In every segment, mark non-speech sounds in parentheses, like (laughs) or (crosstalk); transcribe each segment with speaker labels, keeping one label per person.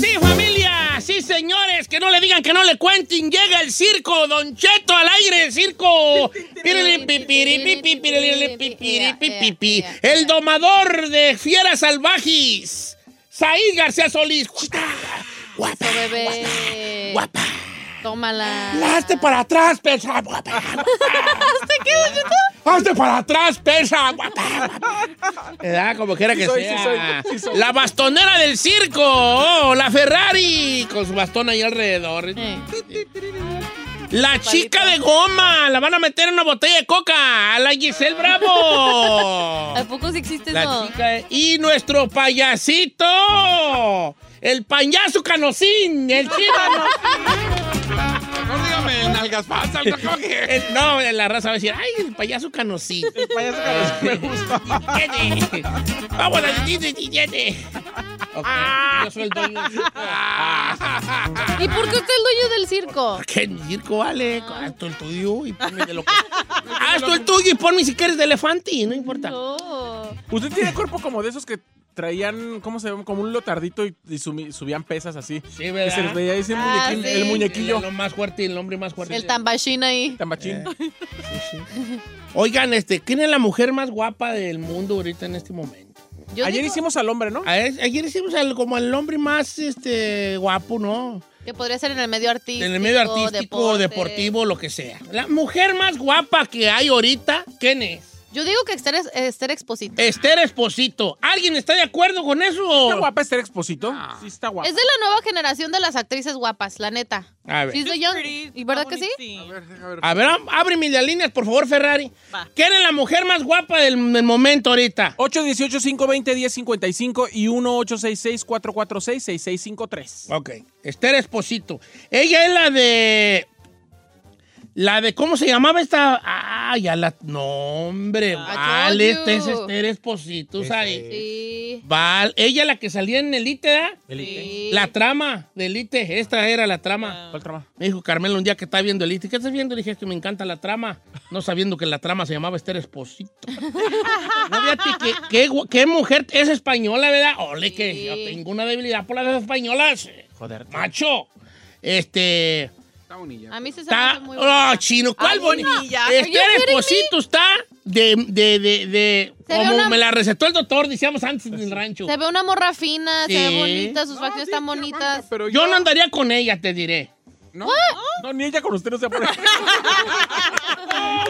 Speaker 1: Sí, familia, sí, señores, que no le digan, que no le cuenten. Llega el circo, Don Cheto al aire, el circo. El domador de fieras salvajes, Said García Solís. Guapa,
Speaker 2: Eso, bebé.
Speaker 1: guapa.
Speaker 2: Tómala.
Speaker 1: Hazte para atrás, pesa, guapa. Hazte para atrás, pesa, guapa. guapa. ¿Verdad? Eh, Como quiera que
Speaker 3: soy, sí
Speaker 1: sea.
Speaker 3: soy, sí soy.
Speaker 1: La bastonera del circo, oh, la Ferrari, con su bastón ahí alrededor.
Speaker 2: Eh.
Speaker 1: La chica de goma, la van a meter en una botella de coca. A la Giselle Bravo.
Speaker 2: (laughs) ¿A poco sí existe
Speaker 1: La
Speaker 2: eso?
Speaker 1: chica de- Y nuestro payasito. El payaso canocín. El chino.
Speaker 3: No dígame, nalgas falsas, no coge.
Speaker 1: (laughs) El- no, la raza va a decir, ay, el payaso canocín.
Speaker 3: El payaso que no me
Speaker 1: (laughs)
Speaker 3: gusta.
Speaker 1: Tiene. Vamos a decir, tiene. Ok,
Speaker 3: Ah.
Speaker 1: yo soy el dueño.
Speaker 2: ¿Y por qué usted es el dueño del circo?
Speaker 1: ¿Qué circo vale? Haz tú el tuyo y ponme de
Speaker 3: (laughs)
Speaker 1: lo que. Haz tú el tuyo y ponme si quieres de elefante y no importa.
Speaker 2: No.
Speaker 3: Usted tiene cuerpo como de esos que traían, ¿cómo se llama? Como un lotardito y, y sumi- subían pesas así.
Speaker 1: Sí,
Speaker 3: Que se les veía ese
Speaker 2: Ah,
Speaker 3: muñequín-
Speaker 2: sí.
Speaker 3: el muñequillo.
Speaker 1: El, más fuerte y el hombre más fuerte.
Speaker 2: El tambashín ahí.
Speaker 3: Tambachín.
Speaker 1: Oigan, este, ¿quién es la mujer más guapa del mundo ahorita en este momento?
Speaker 2: Yo
Speaker 3: Ayer
Speaker 2: digo
Speaker 3: hicimos al hombre, ¿no?
Speaker 1: Ayer, ayer hicimos al- como el hombre más este, guapo, ¿no?
Speaker 2: que podría ser en el medio artístico.
Speaker 1: en el medio artístico,
Speaker 2: deporte.
Speaker 1: deportivo, lo que sea. La mujer más guapa que hay ahorita, ¿quién es?
Speaker 2: Yo digo que estar, estar exposito.
Speaker 1: Esther Esposito. ¿Alguien está de acuerdo con
Speaker 3: ¿Está
Speaker 1: eso?
Speaker 3: guapa Esther Exposito? Sí, está guapa.
Speaker 2: Es de la nueva generación de las actrices guapas, la neta.
Speaker 1: A ver.
Speaker 2: Sí, soy yo. ¿Y ¿Verdad que sí?
Speaker 1: A ver, am- ábreme las líneas, por favor, Ferrari. ¿Quién es la mujer más guapa del, del momento ahorita?
Speaker 3: 818-520-1055 y 1-866-446-6653.
Speaker 1: Ok. Esther Esposito. Ella es la de. La de. ¿Cómo se llamaba esta? Ah, ya la. No, hombre. Vale,
Speaker 2: told you.
Speaker 1: esta es Esther Esposito. Sari.
Speaker 2: Sí.
Speaker 1: Vale. Ella la que salía en Elite, ¿verdad?
Speaker 2: Sí.
Speaker 1: La trama de Elite. E, Esta era la
Speaker 2: Ah.
Speaker 1: trama.
Speaker 3: ¿Cuál trama?
Speaker 1: Me dijo Carmelo un día que estaba viendo Elite. E, ¿Qué estás viendo? Le dije "Es que me encanta la trama. No sabiendo que la trama se llamaba
Speaker 2: (laughs)
Speaker 1: Esther Esposito. no, fíjate, qué, qué, gu- qué mujer es española, ¿verdad? Ole, que
Speaker 2: Sí.
Speaker 1: yo tengo una debilidad por las españolas.
Speaker 3: Joder.
Speaker 1: Macho. Este.
Speaker 2: A mí se se me
Speaker 1: Está.
Speaker 2: hace muy
Speaker 1: Oh,
Speaker 2: bonita.
Speaker 1: chino, ¿cuál
Speaker 4: Ah,
Speaker 1: bonito?
Speaker 4: bonilla.
Speaker 2: Are you
Speaker 1: Esther
Speaker 2: kidding
Speaker 1: Esposito está de. de, de, de-
Speaker 2: Se ve
Speaker 1: como
Speaker 2: una-
Speaker 1: me la recetó el doctor, decíamos antes en el rancho.
Speaker 2: Se ve una morra fina, se
Speaker 1: Sí.
Speaker 2: ve bonita, sus facciones están bonitas.
Speaker 3: Pero
Speaker 1: Yo no andaría con ella, te diré.
Speaker 3: ¿No? No, ni ella con usted no se apure.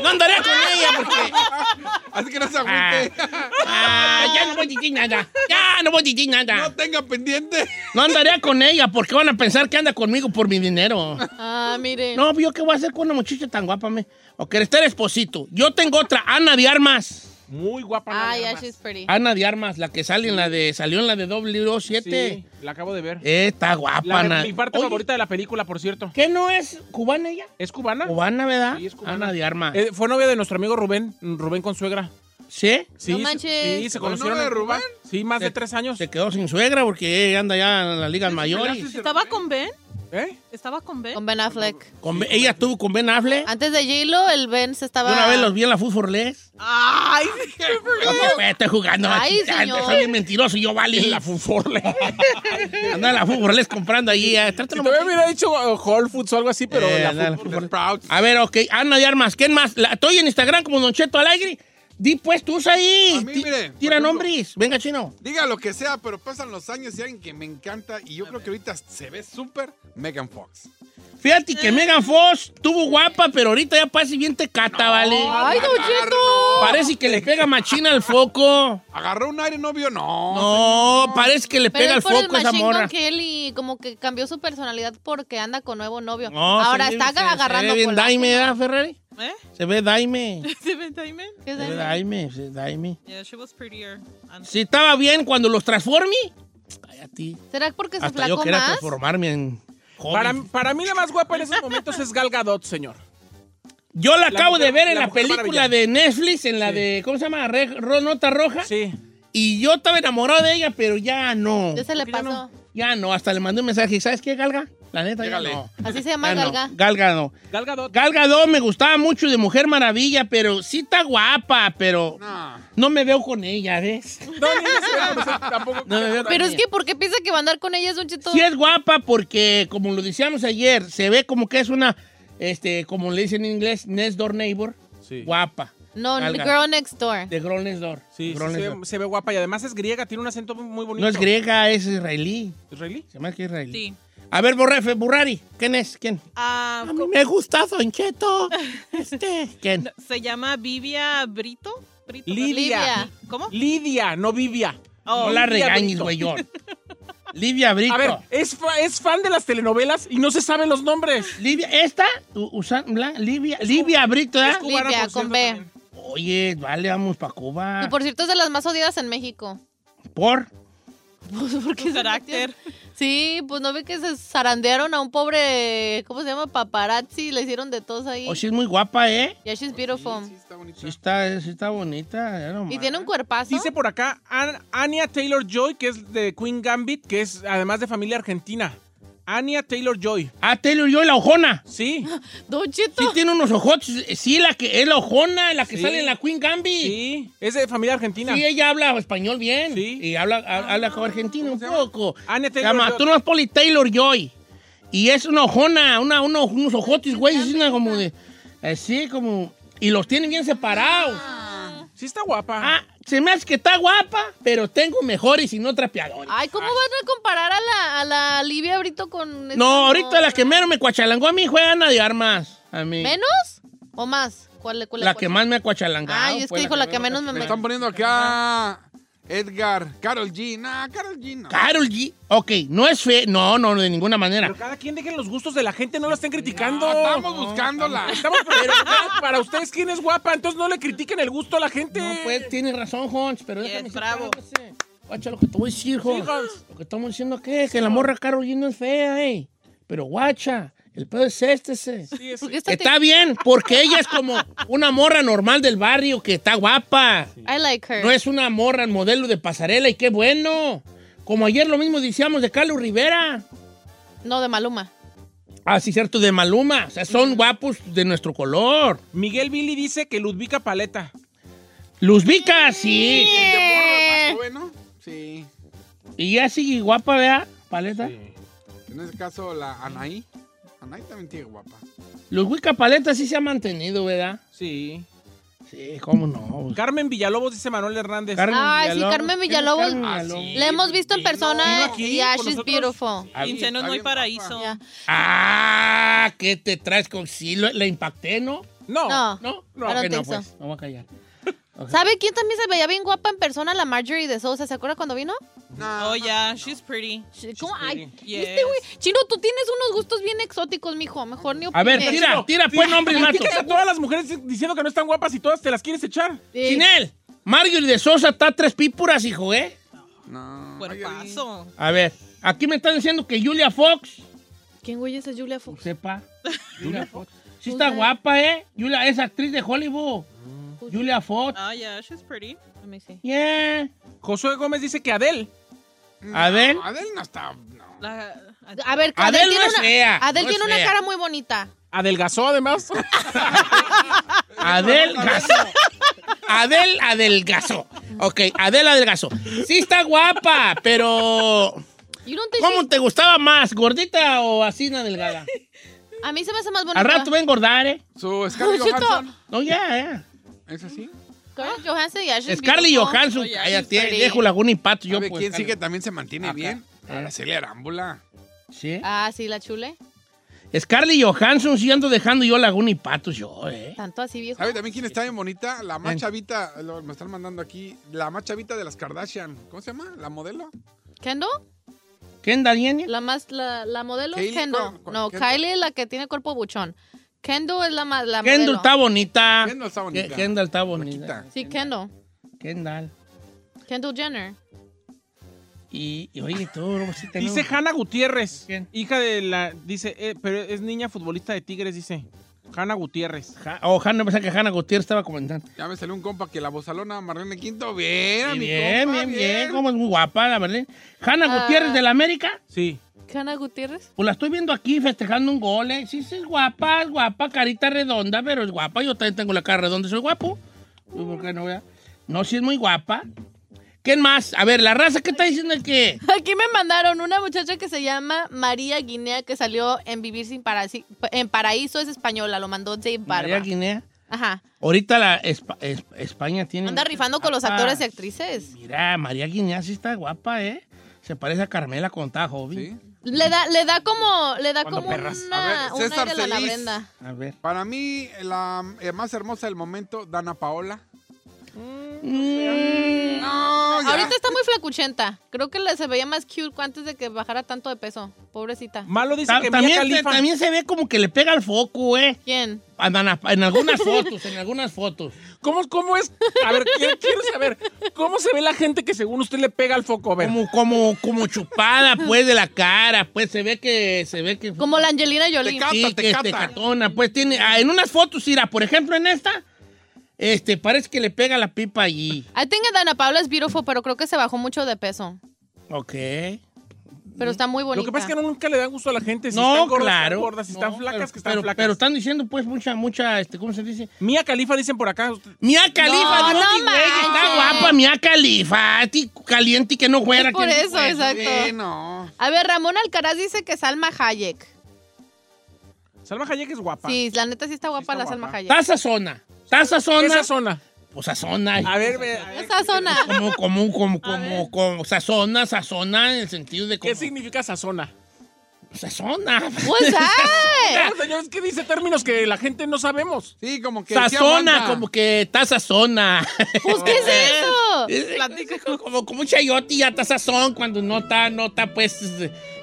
Speaker 1: No andaría con ella porque.
Speaker 5: Así que no se
Speaker 1: Ah,
Speaker 5: agüite.
Speaker 1: ah, ya no voy a decir nada. Ya no voy a decir nada.
Speaker 5: No tenga pendiente.
Speaker 1: No andaría con ella porque van a pensar que anda conmigo por mi dinero.
Speaker 2: Ah, mire.
Speaker 1: No, ¿yo qué voy a hacer con una muchacha tan guapa, me? O que Esther Esposito. Yo tengo otra, Ana de Armas.
Speaker 3: Muy guapa.
Speaker 2: Ah,
Speaker 3: nada
Speaker 2: yeah,
Speaker 3: más.
Speaker 2: she's pretty.
Speaker 1: Ana de Armas, la que sale en la de, salió en la de W7.
Speaker 3: Sí, la acabo de ver.
Speaker 1: Eh, está guapa,
Speaker 3: La-
Speaker 1: Ana.
Speaker 3: mi parte
Speaker 1: Oye,
Speaker 3: favorita de la película, por cierto.
Speaker 1: ¿Qué no es cubana ella?
Speaker 3: ¿Es cubana?
Speaker 1: Cubana, ¿verdad?
Speaker 3: Sí, es cubana.
Speaker 1: Ana de Armas.
Speaker 3: Eh, fue novia de nuestro amigo Rubén, Rubén con suegra.
Speaker 1: ¿Sí?
Speaker 3: Sí,
Speaker 2: No
Speaker 3: se-
Speaker 2: manches.
Speaker 3: sí, se
Speaker 5: ¿Fue
Speaker 3: conocieron.
Speaker 5: novia de
Speaker 3: en Cuba.
Speaker 5: Rubén?
Speaker 3: Sí, más
Speaker 1: Se-
Speaker 3: de tres años.
Speaker 1: Se quedó sin suegra porque ella anda ya en las ligas mayores.
Speaker 4: ¿Estaba con Ben?
Speaker 3: ¿Eh?
Speaker 4: ¿Estaba con B?
Speaker 2: Con Ben Affleck.
Speaker 1: Con-
Speaker 5: pues.
Speaker 1: ella estuvo con Ben Affleck.
Speaker 2: Antes de J-Lo, el Ben se
Speaker 1: Yo
Speaker 2: estaba...
Speaker 1: una vez los vi en la Fútbol Les.
Speaker 5: (laughs)
Speaker 4: ¡Ay!
Speaker 1: Estoy jugando.
Speaker 2: Ay,
Speaker 1: machista,
Speaker 2: señor.
Speaker 1: Soy bien mentiroso. y Yo vale (laughs)
Speaker 3: (laughs)
Speaker 1: en la Fútbol Les. Andaba en la Fútbol Les comprando allí. eh,
Speaker 3: Si
Speaker 1: trátalo
Speaker 3: te hubiera dicho eh, Whole Foods o algo así, pero
Speaker 1: Eh,
Speaker 3: la
Speaker 1: andaba en la
Speaker 3: fut-
Speaker 1: Fútbol Les.
Speaker 5: Sprouts.
Speaker 1: A ver, ok. Ana de Armas. ¿Quién más? La- estoy en Instagram como Don Cheto Alegre. Di pues tú usa ahí.
Speaker 5: A mí,
Speaker 1: Ti-
Speaker 5: mire, por
Speaker 1: Tira
Speaker 5: ejemplo.
Speaker 1: nombres. Venga, chino.
Speaker 5: Diga lo que sea, pero pasan los años y alguien que me encanta y yo creo que ahorita se ve súper Megan Fox.
Speaker 1: Fíjate que Megan Fox tuvo guapa, pero ahorita ya pasa bien te cata, vale.
Speaker 2: ¡Ay, Don Cheto!
Speaker 1: Parece que le pega machina al foco.
Speaker 5: ¿Agarró un aire novio? No.
Speaker 1: No, parece que le
Speaker 2: Pero es
Speaker 1: pega al
Speaker 2: por el
Speaker 1: foco esa
Speaker 2: Machine Gun
Speaker 1: morra.
Speaker 2: Kelly, como que cambió su personalidad porque anda con nuevo novio.
Speaker 1: No,
Speaker 2: Ahora
Speaker 1: se ve-
Speaker 2: está
Speaker 1: se-
Speaker 2: agarrando
Speaker 1: Se ve bien
Speaker 2: colágeno.
Speaker 1: daime, ¿verdad, Ferrari?
Speaker 4: ¿Eh?
Speaker 1: Se ve daime.
Speaker 4: ¿Se ve Diamond?
Speaker 2: ¿Qué es
Speaker 1: Se ve
Speaker 2: daime?
Speaker 1: daime, se ve daime.
Speaker 4: Yeah, she was prettier. antes.
Speaker 1: Si estaba bien cuando los transformé. Ay, a ti.
Speaker 2: ¿Será porque se
Speaker 1: Hasta yo
Speaker 2: flacó
Speaker 1: quería
Speaker 2: más?
Speaker 1: transformarme en joven.
Speaker 3: Para, para mí la más guapa en esos momentos es Gal Gadot, señor.
Speaker 1: yo la acabo
Speaker 3: mujer-
Speaker 1: de ver en
Speaker 3: la
Speaker 1: la,
Speaker 3: mujer
Speaker 1: película
Speaker 3: maravilla.
Speaker 1: de Netflix, en la de, ¿cómo se llama? Re- Ro- Nota Roja.
Speaker 3: Sí.
Speaker 1: Y yo estaba enamorado de ella, pero ya no.
Speaker 2: Ya se le pasó.
Speaker 1: Ya no, hasta le mandé un mensaje. ¿Sabes qué, Galga? La neta, ya
Speaker 5: Llégale.
Speaker 1: no.
Speaker 2: Así se
Speaker 1: Ya
Speaker 2: llama
Speaker 1: no,
Speaker 2: Galga.
Speaker 1: Galga no.
Speaker 3: Gal Gadot.
Speaker 1: Gal Gadot me gustaba mucho de Mujer Maravilla, pero sí está guapa, pero
Speaker 5: No.
Speaker 1: no me veo con ella, ¿ves?
Speaker 3: No, ni ni siquiera, pues, tampoco.
Speaker 1: No me veo con
Speaker 2: Pero es
Speaker 1: ella.
Speaker 2: que, ¿por qué piensa que va a andar con ella? Es un chito.
Speaker 1: Sí es guapa porque, como lo decíamos ayer, se ve como que es una, este, como le dicen en inglés, next door neighbor,
Speaker 3: Sí.
Speaker 1: guapa,
Speaker 2: No,
Speaker 1: Galga.
Speaker 2: Girl Next Door.
Speaker 1: de girl next door.
Speaker 3: Sí, sí,
Speaker 1: girl
Speaker 3: se,
Speaker 1: next
Speaker 3: ve,
Speaker 1: door.
Speaker 3: se ve guapa y además es griega, tiene un acento muy bonito.
Speaker 1: No es griega, es israelí.
Speaker 3: ¿Israelí?
Speaker 1: Se llama que es israelí.
Speaker 4: Sí.
Speaker 1: A ver, Borrefe, Burrari, ¿quién es? ¿Quién?
Speaker 4: Ah,
Speaker 1: A mí me gusta (laughs) Soncheto. Este, ¿quién?
Speaker 4: se llama Vivia Brito. Brito ¿verdad?
Speaker 3: Lidia.
Speaker 2: Livia.
Speaker 4: ¿Cómo?
Speaker 3: Lidia, no Vivia.
Speaker 4: Oh,
Speaker 1: No la
Speaker 3: Livia
Speaker 1: regañes,
Speaker 3: Brito.
Speaker 1: güeyón. Livia Brito.
Speaker 3: A ver, es, fa- es fan de las telenovelas y no se saben los nombres.
Speaker 1: Livia, esta, U- Usan, Blan- Livia, Livia Brito, ¿eh?
Speaker 3: Cubana,
Speaker 2: Livia,
Speaker 3: por
Speaker 2: con
Speaker 3: cierto,
Speaker 2: B.
Speaker 3: también.
Speaker 1: Oye, vale, vamos para Cuba.
Speaker 2: Y por cierto, es de las más odiadas en México.
Speaker 1: Por.
Speaker 4: Su
Speaker 5: (laughs)
Speaker 4: carácter.
Speaker 2: Sí, pues no ve que se zarandearon a un pobre, ¿cómo se llama? Paparazzi, le hicieron de todos ahí.
Speaker 1: O oh, sí es muy guapa, ¿eh?
Speaker 2: Yeah, she's beautiful.
Speaker 5: Sí, está bonita.
Speaker 1: Sí está, sí está bonita. ya nomás.
Speaker 2: Y tiene un cuerpazo.
Speaker 3: Dice por acá An- Anya Taylor Joy, que es de Queen Gambit, que es además de familia argentina. Anya Taylor Joy.
Speaker 1: Ah, Taylor Joy, la ojona.
Speaker 3: Sí,
Speaker 2: Don Cheto.
Speaker 1: Sí tiene unos ojotes. Sí, la que es la ojona, la que
Speaker 3: Sí.
Speaker 1: sale en la Queen Gambi. Sí.
Speaker 3: sí, es de familia argentina.
Speaker 1: ella habla español bien.
Speaker 3: Sí.
Speaker 1: Y habla, ha- habla como argentino un poco.
Speaker 3: Anya
Speaker 1: Se
Speaker 3: Taylor
Speaker 1: llama
Speaker 3: Joy.
Speaker 1: Tuna Poli Taylor Joy. Y es una ojona, una, uno- unos ojotes, güey. Es una como de. Así como. Y los tienen bien separados.
Speaker 3: Sí está guapa.
Speaker 1: Ah, se me hace que está guapa, pero tengo mejores y no trapeadores.
Speaker 2: Ay, ¿cómo van a comparar a la, a la Livia Brito con... este esta
Speaker 1: no, ahorita la
Speaker 2: morra?
Speaker 1: que menos me cuachalangó a mí fue Ana de Armas. A mí.
Speaker 2: ¿Menos o más? ¿Cuál, cuál,
Speaker 1: La
Speaker 2: cuál?
Speaker 1: que más me ha cuachalangado.
Speaker 2: Ay, es
Speaker 1: fue
Speaker 2: que dijo la que menos me-
Speaker 5: Me están poniendo acá Edgar, Carol G. Nah, Carol G no.
Speaker 1: Carol G. Ok, no es fe. No, no, de ninguna manera.
Speaker 3: Pero cada quien dejen los gustos de la gente, no la estén criticando.
Speaker 5: No, estamos buscándola.
Speaker 3: Estamos preguntando para ustedes quién es guapa, entonces no le critiquen el gusto a la gente.
Speaker 1: No, pues tienes razón, Hons, pero
Speaker 4: Yes,
Speaker 1: déjame decirte
Speaker 4: bravo.
Speaker 1: algo, ese. Guacha lo que te voy a decir, Hons.
Speaker 3: Hons.
Speaker 1: Lo que estamos diciendo que es que la morra Carol G no es fea, eh. Pero guacha, el pedo es este, ese.
Speaker 3: Sí, es-
Speaker 2: Porque esta
Speaker 1: Está bien, porque ella es como una morra normal del barrio que está guapa.
Speaker 2: I like her.
Speaker 1: No es una morra en modelo de pasarela y qué bueno. Como ayer lo mismo decíamos de Carlos Rivera.
Speaker 2: No, de Maluma.
Speaker 1: Ah, sí, cierto, de Maluma. O sea, son guapos de nuestro color.
Speaker 3: Miguel Billy dice que Ludvica Paleta.
Speaker 1: Luz Vica, sí.
Speaker 5: Más joven, ¿no? Sí.
Speaker 1: Y ya sigue guapa, vea, paleta.
Speaker 5: En ese caso, la Anaí. Anaí también tiene guapa.
Speaker 1: Luz Vica Paleta sí se ha mantenido, ¿verdad?
Speaker 3: Sí.
Speaker 1: Sí, cómo no.
Speaker 3: Carmen Villalobos dice Manuel Hernández.
Speaker 1: Carmen
Speaker 2: Ay, sí,
Speaker 1: Villalobos.
Speaker 2: Carmen
Speaker 1: ¿Quién es
Speaker 2: Villalobos?
Speaker 1: Villalobos?
Speaker 5: Ah, sí.
Speaker 2: La hemos visto en persona.
Speaker 3: Vino aquí
Speaker 2: yeah,
Speaker 3: con
Speaker 2: she's
Speaker 3: nosotros.
Speaker 2: beautiful.
Speaker 1: Ah,
Speaker 4: Quinceno
Speaker 5: está
Speaker 4: no hay
Speaker 5: bien guapa.
Speaker 4: paraíso.
Speaker 2: Yeah.
Speaker 1: Ah, ¿qué te traes con sí? lo- La impacté, ¿no?
Speaker 3: No.
Speaker 2: No.
Speaker 1: No,
Speaker 2: I don't
Speaker 1: ok, no,
Speaker 2: think so.
Speaker 1: pues, no voy a callar.
Speaker 2: ¿Sabe quién también se veía bien guapa en persona? La Marjorie de Sousa. ¿Se acuerda cuando vino?
Speaker 5: No,
Speaker 4: Oh, yeah, she's pretty.
Speaker 2: ¿Cómo? Ay,
Speaker 4: Yes.
Speaker 2: este güey. Chino, tú tienes unos gustos bien exóticos, mijo. Mejor ni
Speaker 1: A ver,
Speaker 2: opines.
Speaker 1: tira, tira, pues nombres, mato.
Speaker 3: Criticas a todas las mujeres diciendo que no están guapas y todas te las quieres echar.
Speaker 2: Sí.
Speaker 1: Chinel, Marjorie de Sosa está tres pípuras, hijo, ¿eh?
Speaker 5: no.
Speaker 4: Cuerpazo.
Speaker 1: A ver, aquí me están diciendo que Julia Fox,
Speaker 2: ¿Quién güey es esa Julia Fox?
Speaker 1: (laughs) sepa. Julia Mm. Fox. Sí está guapa, ¿eh? Julia es actriz de Hollywood. Julia Fox.
Speaker 4: Oh, yeah, she's pretty.
Speaker 2: Let me
Speaker 1: Ah.
Speaker 2: see.
Speaker 1: Yeah.
Speaker 3: Josué Gómez dice que Adel.
Speaker 1: Adel.
Speaker 5: Adel no está. No.
Speaker 4: La,
Speaker 2: A ver, Adel,
Speaker 1: Adele no
Speaker 2: tiene,
Speaker 1: es
Speaker 2: una,
Speaker 1: fea,
Speaker 2: Adele
Speaker 1: no es
Speaker 2: tiene una
Speaker 1: fea.
Speaker 2: cara muy bonita.
Speaker 3: Adelgazó además.
Speaker 1: (laughs) Adelgazó. Adel adelgazó. Ok, Adel adelgazó. Sí está guapa, pero...
Speaker 2: You don't think
Speaker 1: ¿Cómo te gustaba más? ¿Gordita o así una delgada?
Speaker 2: she- A mí se me hace más bonita.
Speaker 1: Al rato va a engordar, ¿eh? (laughs)
Speaker 5: Su Scarlett
Speaker 2: Don Cheto.
Speaker 5: Johansson.
Speaker 1: No, ya,
Speaker 5: ¿Es así?
Speaker 2: Scarlett Johansson, yeah,
Speaker 1: ya.
Speaker 2: she's
Speaker 1: ¿eh? Ah, Scarlett
Speaker 2: beautiful.
Speaker 1: Johansson,
Speaker 4: Oye,
Speaker 1: cállate,
Speaker 2: pretty.
Speaker 1: viejo Laguna y Pato. Yo,
Speaker 5: ¿Sabe
Speaker 1: pues,
Speaker 5: quién sigue
Speaker 1: Scarlett.
Speaker 5: también se mantiene
Speaker 1: Acá. Eh.
Speaker 5: bien? Araceli Arámbula.
Speaker 1: ¿Sí?
Speaker 2: Ah, sí, la chule. Ah.
Speaker 1: Scarlett Johansson, sí ando dejando yo Laguna y Patos, yo, ¿eh?
Speaker 2: Tanto así, viejo.
Speaker 5: ¿Sabe también quién está bien bonita? La más chavita, lo- me están mandando aquí, la más chavita de las Kardashian. ¿Cómo se llama? ¿La modelo?
Speaker 2: ¿Kendall?
Speaker 1: ¿Quién, Daniel?
Speaker 2: La más, la, la modelo es
Speaker 5: Kylie,
Speaker 2: Kendall.
Speaker 5: ¿cuál- cuál-
Speaker 2: No,
Speaker 5: Kendall?
Speaker 2: Kylie es la que tiene cuerpo buchón. Kendall es la más, la
Speaker 1: Kendall
Speaker 2: modelo.
Speaker 1: está bonita.
Speaker 5: Kendall está bonita.
Speaker 1: Ke- Kendall está
Speaker 5: Flaquita.
Speaker 1: bonita.
Speaker 2: Sí, Kendall.
Speaker 1: Kendall.
Speaker 2: Kendall Jenner.
Speaker 1: Y, y oye, tú, pues, sí tenemos-
Speaker 3: Dice Hanna Gutiérrez.
Speaker 1: ¿Quién?
Speaker 3: Hija de la. Dice, eh, pero es niña futbolista de Tigres, dice. Hanna Gutiérrez.
Speaker 1: Ja- Oh, Hanna, pensaba que Hanna Gutiérrez estaba comentando.
Speaker 5: Ya me salió un compa que la bozalona Marlene Quinto. Bien,
Speaker 1: Sí,
Speaker 5: mi
Speaker 1: bien,
Speaker 5: compa,
Speaker 1: bien, bien, Como es muy guapa, la verdad. Hanna
Speaker 2: Ah.
Speaker 1: Gutiérrez de la América.
Speaker 3: Sí.
Speaker 2: Kana Gutiérrez. (laughs)
Speaker 1: Pues la estoy viendo aquí festejando un gol. ¿eh? Sí, sí, es guapa, es guapa, carita redonda, pero es guapa. Yo también tengo la cara redonda, soy guapo. Uy, ¿Por qué no vea? No, sí es muy guapa. ¿Quién más? A ver, la raza, ¿qué está diciendo el que?
Speaker 2: Aquí me mandaron una muchacha que se llama María Guinea que salió en Vivir sin Paraíso. En Paraíso es española, lo mandó Dave
Speaker 1: María
Speaker 2: Barba.
Speaker 1: Guinea.
Speaker 2: Ajá.
Speaker 1: Ahorita la Espa- es- España tiene.
Speaker 2: Anda
Speaker 1: muchas
Speaker 2: rifando con los
Speaker 1: guapas.
Speaker 2: actores y actrices.
Speaker 1: Mira, María Guinea sí está guapa, ¿eh? Se parece a Carmela cuando estaba joven.
Speaker 5: Sí.
Speaker 2: Le da, le da como, le da
Speaker 1: Cuando
Speaker 2: como
Speaker 1: perras.
Speaker 2: una,
Speaker 5: A ver,
Speaker 2: un
Speaker 5: César
Speaker 2: aire a la
Speaker 5: Celis.
Speaker 2: Brenda.
Speaker 1: (laughs) A ver.
Speaker 5: Para mí, la eh, más hermosa del momento, Dana Paola.
Speaker 1: Mm,
Speaker 5: No, ya.
Speaker 2: Ahorita está muy flacuchenta. Creo que la- se veía más cute antes de que bajara tanto de peso. Pobrecita.
Speaker 3: Malo dice
Speaker 1: ta-
Speaker 3: que Mia
Speaker 1: también, se-
Speaker 3: Khalifa.
Speaker 1: también se ve como que le pega al foco, ¿eh?
Speaker 2: ¿Quién?
Speaker 1: Andan a- En algunas fotos, en algunas fotos.
Speaker 3: ¿Cómo, ¿Cómo es? A ver, quiero, quiero saber. ¿Cómo se ve la gente que según usted le pega al foco? A ver.
Speaker 1: Como, como, como chupada, pues, de la cara, pues, se ve que, se ve que...
Speaker 2: Como la Angelina Jolie.
Speaker 5: Te ca-
Speaker 1: Sí,
Speaker 5: Cata, te
Speaker 1: que
Speaker 5: cata.
Speaker 1: te catona, pues, tiene... ah, en unas fotos, mira, por ejemplo, en esta, este, parece que le pega la pipa allí.
Speaker 2: I think Dana Paula es beautiful, pero creo que se bajó mucho de peso.
Speaker 1: Ok.
Speaker 2: Pero está muy bonita.
Speaker 3: Lo que pasa es que nunca le dan gusto a la gente. Si
Speaker 1: no,
Speaker 3: están gordas,
Speaker 1: claro.
Speaker 3: están gordas. Si están
Speaker 1: No,
Speaker 3: flacas,
Speaker 1: pero-
Speaker 3: que están
Speaker 1: pero,
Speaker 3: flacas.
Speaker 1: Pero están diciendo, pues, mucha, mucha, este, ¿cómo se dice?
Speaker 3: Mía Califa dicen por acá. usted-
Speaker 1: Mía Califa,
Speaker 2: No,
Speaker 1: Dios
Speaker 2: no
Speaker 1: mi güey, está
Speaker 2: manches.
Speaker 1: guapa Mía Califa, ti caliente y que no fuera.
Speaker 2: Es por eso, exacto.
Speaker 5: Sí, no.
Speaker 2: A ver, Ramón Alcaraz dice que Salma Hayek.
Speaker 3: Salma Hayek es guapa.
Speaker 2: Sí, la neta sí está guapa
Speaker 3: está
Speaker 2: la
Speaker 3: guapa.
Speaker 2: Salma Hayek.
Speaker 1: Taza zona, taza zona,
Speaker 3: Esa zona.
Speaker 1: pues sazona.
Speaker 3: A ver, ve- a ver,
Speaker 2: Esa zona.
Speaker 1: Como, como, como, como, como, sazona, sazona en el sentido de como,
Speaker 3: ¿qué significa esa zona?
Speaker 1: sazona. (laughs)
Speaker 2: What's that?
Speaker 3: (laughs) No, señor, es que dice términos que la gente no sabemos.
Speaker 5: Sí, como que. sí
Speaker 1: Sazona,
Speaker 5: aguanta.
Speaker 1: como que
Speaker 2: (laughs)
Speaker 1: está sazona. (laughs)
Speaker 2: Pues, ¿qué es eso?
Speaker 4: (laughs)
Speaker 1: Como, como un chayote ya está sazón cuando no está, no está pues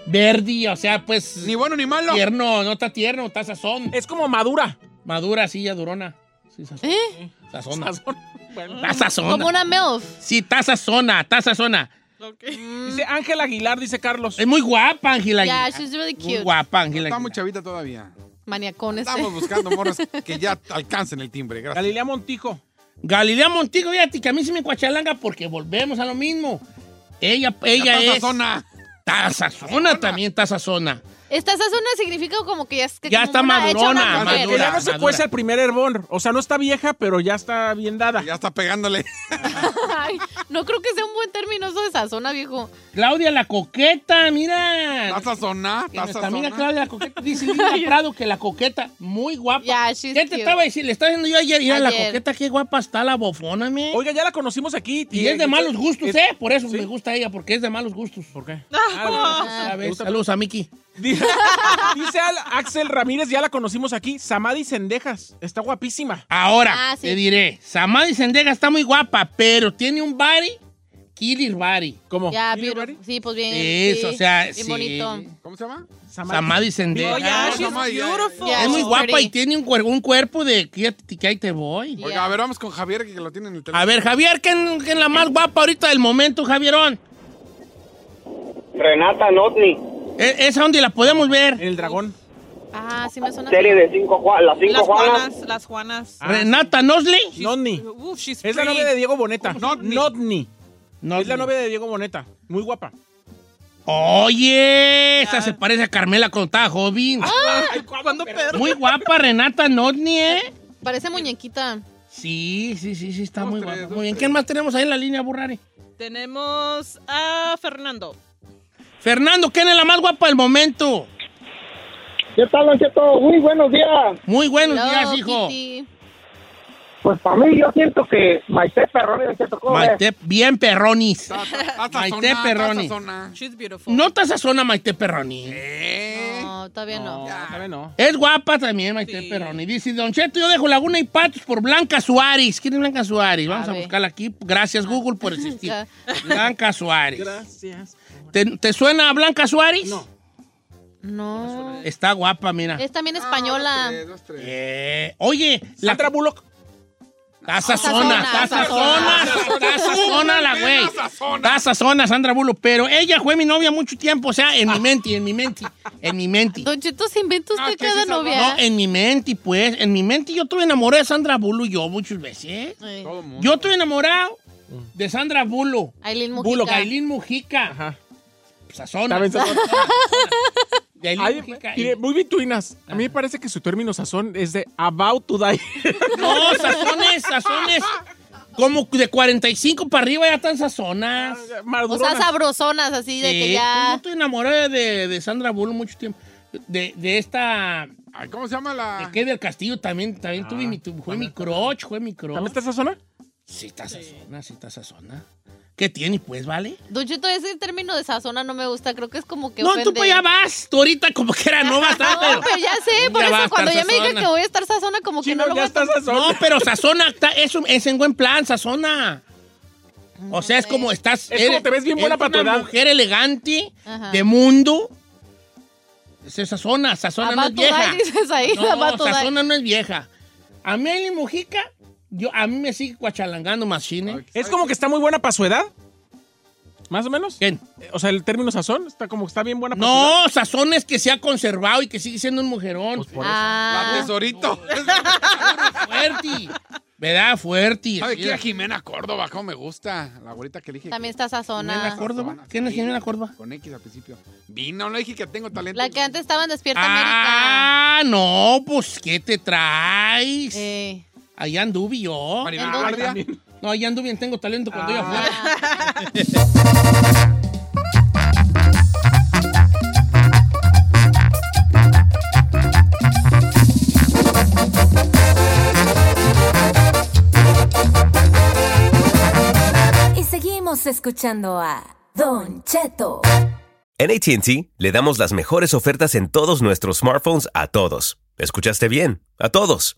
Speaker 1: verde, o sea, pues
Speaker 5: Ni bueno ni malo.
Speaker 1: tierno, no está tierno, está sazón.
Speaker 3: Es como madura.
Speaker 1: Madura, sí, ya durona. Sí,
Speaker 2: ¿Eh?
Speaker 1: sazona. Sazona.
Speaker 3: Sazona. Bueno.
Speaker 1: Está sazona.
Speaker 2: Como una MILF.
Speaker 1: Sí, taza zona, taza zona. Mm.
Speaker 3: Dice Ángel Aguilar, dice Carlos.
Speaker 1: Es muy guapa, Ángela.
Speaker 2: Yeah,
Speaker 1: Aguilar.
Speaker 2: she's really
Speaker 1: Muy
Speaker 2: cute.
Speaker 1: guapa, Ángela.
Speaker 5: Está
Speaker 1: Aguilar.
Speaker 5: muy chavita todavía.
Speaker 2: Maniacón ese.
Speaker 5: Estamos buscando morras que ya alcancen el timbre. Gracias.
Speaker 3: Galilea Montijo.
Speaker 1: Galilea Montigo, fíjate que a mí sí me cuachalanga porque volvemos a lo mismo. Ella,
Speaker 5: Ya
Speaker 1: ella
Speaker 5: está
Speaker 1: es.
Speaker 5: Sazona.
Speaker 1: Taza zona también, taza zona.
Speaker 2: Esta esa zona significa como que ya, es que
Speaker 1: Ya
Speaker 2: como
Speaker 1: está
Speaker 2: una- hecha
Speaker 1: madurona,
Speaker 2: una mujer.
Speaker 3: Que ya no
Speaker 1: madura.
Speaker 3: se cuece el primer hervor. O sea, no está vieja, pero ya está bien dada.
Speaker 5: Ya está
Speaker 1: (laughs)
Speaker 5: pegándole.
Speaker 2: (laughs) Ay, no creo que sea un buen término eso de esa zona, viejo.
Speaker 1: Claudia la coqueta, mira.
Speaker 5: Está Sazona.
Speaker 1: Que
Speaker 5: Está
Speaker 1: Nuestra amiga
Speaker 5: Sazona.
Speaker 1: Claudia la coqueta dice Linda Prado que la coqueta, muy guapa.
Speaker 2: Yeah,
Speaker 1: ¿Qué
Speaker 2: she's
Speaker 1: te
Speaker 2: cute.
Speaker 1: estaba diciendo? Le estaba diciendo yo ayer, mira la
Speaker 2: Ayer.
Speaker 1: coqueta, qué guapa está la bofona, me.
Speaker 3: Oiga, ya la conocimos aquí.
Speaker 1: Y es de malos gustos,
Speaker 3: es-
Speaker 1: ¿eh? (laughs) Por eso
Speaker 3: ¿Sí?
Speaker 1: me gusta ella, porque es de malos gustos.
Speaker 3: ¿Por qué?
Speaker 4: Ah, oh,
Speaker 2: Ah.
Speaker 1: Ya ves.
Speaker 3: gusta-
Speaker 1: Saludos a Miki.
Speaker 3: Dice, (laughs) dice Al- Axel Ramírez, ya la conocimos aquí. Samadi Sendejas. Está guapísima.
Speaker 1: Ahora,
Speaker 2: Ah, sí.
Speaker 1: te diré, Samadhi Sendega está muy guapa, pero tiene un body, killer body.
Speaker 3: ¿Cómo?
Speaker 2: Ya,
Speaker 3: ¿Mira,
Speaker 2: beautiful.
Speaker 3: Mari?
Speaker 2: Sí, pues bien.
Speaker 1: Eso,
Speaker 2: sí,
Speaker 1: o sea,
Speaker 2: bien
Speaker 1: sí.
Speaker 2: bonito.
Speaker 5: ¿Cómo se llama?
Speaker 3: Samadi.
Speaker 1: Samadhi Sendega.
Speaker 4: Oh, yeah,
Speaker 5: Ah,
Speaker 4: she's
Speaker 5: Samadi, yeah,
Speaker 4: beautiful.
Speaker 2: yeah.
Speaker 1: es muy
Speaker 2: she's
Speaker 1: guapa
Speaker 2: pretty.
Speaker 1: y tiene un, cuer- un cuerpo de que, que ahí te voy.
Speaker 5: Oiga,
Speaker 2: Yeah.
Speaker 5: a ver, vamos con Javier que lo tiene en el teléfono.
Speaker 1: A ver, Javier, ¿quién, quién es la más guapa ahorita del momento, Javierón?
Speaker 6: Renata Notni,
Speaker 1: E- ¿Esa donde la podemos ver?
Speaker 3: El dragón.
Speaker 2: Ah, sí me suena.
Speaker 6: serie de cinco Juan, las cinco
Speaker 4: Las
Speaker 6: Juanas.
Speaker 4: Juanas, las Juanas.
Speaker 3: Ah,
Speaker 1: ¿Renata Nosley?
Speaker 3: Notni.
Speaker 4: Uf, she's
Speaker 3: Es la
Speaker 4: pretty.
Speaker 3: novia de Diego Boneta.
Speaker 5: Notni.
Speaker 3: Notni.
Speaker 1: No,
Speaker 3: Es la novia de Diego Boneta. Muy guapa.
Speaker 1: Oye, esa se parece a Carmela cuando estaba joven.
Speaker 4: Ay, ¿Cuándo perro?
Speaker 1: Muy guapa Renata Notni, ¿eh?
Speaker 2: Parece muñequita.
Speaker 1: Sí, sí, sí, sí, está
Speaker 5: Dos,
Speaker 1: muy
Speaker 5: tres,
Speaker 1: guapa.
Speaker 5: dos,
Speaker 1: Muy bien.
Speaker 5: tres.
Speaker 1: ¿Quién más tenemos ahí en la línea, Burrari?
Speaker 4: Tenemos a Fernando.
Speaker 1: Fernando, ¿quién es la más guapa del momento?
Speaker 6: ¿Qué tal, Don Cheto? Muy buenos días.
Speaker 1: Muy buenos
Speaker 2: Hello,
Speaker 1: días, hijo.
Speaker 2: Kitty.
Speaker 6: Pues para mí yo siento que Maite Ferroni, Don Cheto, ¿cómo ves?
Speaker 1: Maite, bien perronis.
Speaker 5: Hasta
Speaker 1: Maite
Speaker 5: zona,
Speaker 1: Perroni.
Speaker 5: hasta zona.
Speaker 4: She's beautiful.
Speaker 1: No te sazona Maite Perroni.
Speaker 5: Eh.
Speaker 2: No, todavía no.
Speaker 3: No, todavía no.
Speaker 1: Es guapa también, Maite
Speaker 4: Sí.
Speaker 1: Perroni. Dice, Don Cheto, yo dejo Laguna y Patos por Blanca Suárez. ¿Quién es Blanca Suárez? Vamos
Speaker 2: A
Speaker 1: a,
Speaker 2: ver. Ah.
Speaker 1: buscarla aquí. Gracias, Google,
Speaker 2: (laughs)
Speaker 1: por existir.
Speaker 2: Ya.
Speaker 1: Blanca Suárez.
Speaker 3: Gracias.
Speaker 1: ¿Te, te suena a Blanca Suárez?
Speaker 3: No.
Speaker 2: No.
Speaker 1: Está guapa, mira.
Speaker 2: Es también
Speaker 5: Ah,
Speaker 2: española.
Speaker 5: dos, tres, dos, tres.
Speaker 1: Eh, oye, la
Speaker 3: Sandra Bullock.
Speaker 1: Taza zona, taza zona, taza zona la güey. Taza zona, Sandra Bulo. Pero ella fue mi novia mucho tiempo, o sea, en mi mente, en mi mente, en mi mente.
Speaker 2: Don Cheto, se inventa usted
Speaker 5: Ah, que
Speaker 2: cada
Speaker 5: sí, Salvador.
Speaker 2: novia.
Speaker 1: No, en mi mente, pues, en mi mente yo estuve enamorado de Sandra Bulo yo muchas veces.
Speaker 2: Ay,
Speaker 5: Todo mundo.
Speaker 1: Yo estuve enamorado de Sandra Bulo.
Speaker 2: Aileen Mujica.
Speaker 1: Bulo, Gailín Mujica.
Speaker 3: Ajá.
Speaker 1: Sazona.
Speaker 3: También Sazona.
Speaker 1: (laughs) De Aileen
Speaker 3: Ay,
Speaker 1: Mujica.
Speaker 3: mire, muy bituinas. A mí me parece que su término sazón es de about
Speaker 2: (laughs)
Speaker 3: to die.
Speaker 1: No, sazones, sazones. Como de 45 para arriba ya están sazonas.
Speaker 2: O
Speaker 3: Maduronas.
Speaker 2: sea, sabrosonas, así Ah, de que
Speaker 1: Sí, Yo
Speaker 2: ya.
Speaker 1: estoy enamorada de, de Sandra Bullock mucho tiempo. De, de esta.
Speaker 5: Ay, ¿Cómo se llama la...?
Speaker 2: Ah.
Speaker 1: De Kay del Castillo también, también tuve mi. tu- Fue mi crush, fue mi crush.
Speaker 3: ¿También está sazona?
Speaker 1: Sí, está sazona, sí, está sazona. ¿Qué tiene, pues, vale?
Speaker 2: Don Cheto, ese término de sazona no me gusta. Creo que es como que.
Speaker 1: No,
Speaker 2: ofende.
Speaker 1: tú pues ya vas. Tú ahorita como que era no
Speaker 2: (laughs)
Speaker 1: vas
Speaker 2: No,
Speaker 1: pero.
Speaker 2: pero ya sé,
Speaker 1: Ya
Speaker 2: por
Speaker 1: va a
Speaker 2: eso
Speaker 1: estar
Speaker 2: cuando ya me digan
Speaker 1: sazona.
Speaker 2: que voy a estar sazona, como que
Speaker 3: Chino,
Speaker 2: no lo voy
Speaker 3: ya
Speaker 2: a
Speaker 3: está
Speaker 2: estar.
Speaker 3: sazona.
Speaker 1: No, pero sazona está- es, un- es en buen plan, sazona. O sea, es
Speaker 2: sé.
Speaker 1: como estás.
Speaker 3: Es como te ves bien buena
Speaker 1: eres
Speaker 3: para tu
Speaker 1: una
Speaker 3: edad.
Speaker 1: mujer elegante,
Speaker 2: Ajá.
Speaker 1: de mundo. Es esa zona, esa zona no es
Speaker 2: Abatudai,
Speaker 1: vieja.
Speaker 2: dices ahí,
Speaker 1: No,
Speaker 2: Abatudai.
Speaker 1: Sazona no es vieja. A mí Aileen Mujica, yo, a mí me sigue cuachalangando Machine.
Speaker 5: Ay,
Speaker 3: Es como que está muy buena para su edad. ¿Más o menos?
Speaker 1: ¿Quién?
Speaker 3: Eh, O sea, el término sazón está como que está bien buena para su edad.
Speaker 1: No, Sazón es que se ha conservado y que sigue siendo un mujerón.
Speaker 3: Pues por eso.
Speaker 5: La
Speaker 2: Ah,
Speaker 5: tesorito.
Speaker 2: (laughs)
Speaker 1: fuerte. ¿Verdad? Fuerte.
Speaker 5: ¿Sabe
Speaker 1: Sí,
Speaker 5: qué? A
Speaker 1: la-
Speaker 5: Jimena Córdoba, cómo me gusta. La abuelita que elige.
Speaker 2: también está
Speaker 1: Jimena
Speaker 2: sazona.
Speaker 1: Córdoba? ¿Quién es Jimena Córdoba?
Speaker 5: Con X al principio. Vino, no dije que tengo talento.
Speaker 2: La que antes estaba en Despierta América.
Speaker 1: Ah, no, pues ¿qué te traes?
Speaker 2: Eh,
Speaker 1: Allá anduve yo.
Speaker 5: Maribel
Speaker 2: ¿En dónde?
Speaker 5: Guardia.
Speaker 1: No, allá anduve en Tengo Talento cuando ella fue.
Speaker 2: ah.
Speaker 7: Y seguimos escuchando a Don Cheto.
Speaker 8: En ATT le damos las mejores ofertas en todos nuestros smartphones a todos. ¿Escuchaste bien? A todos.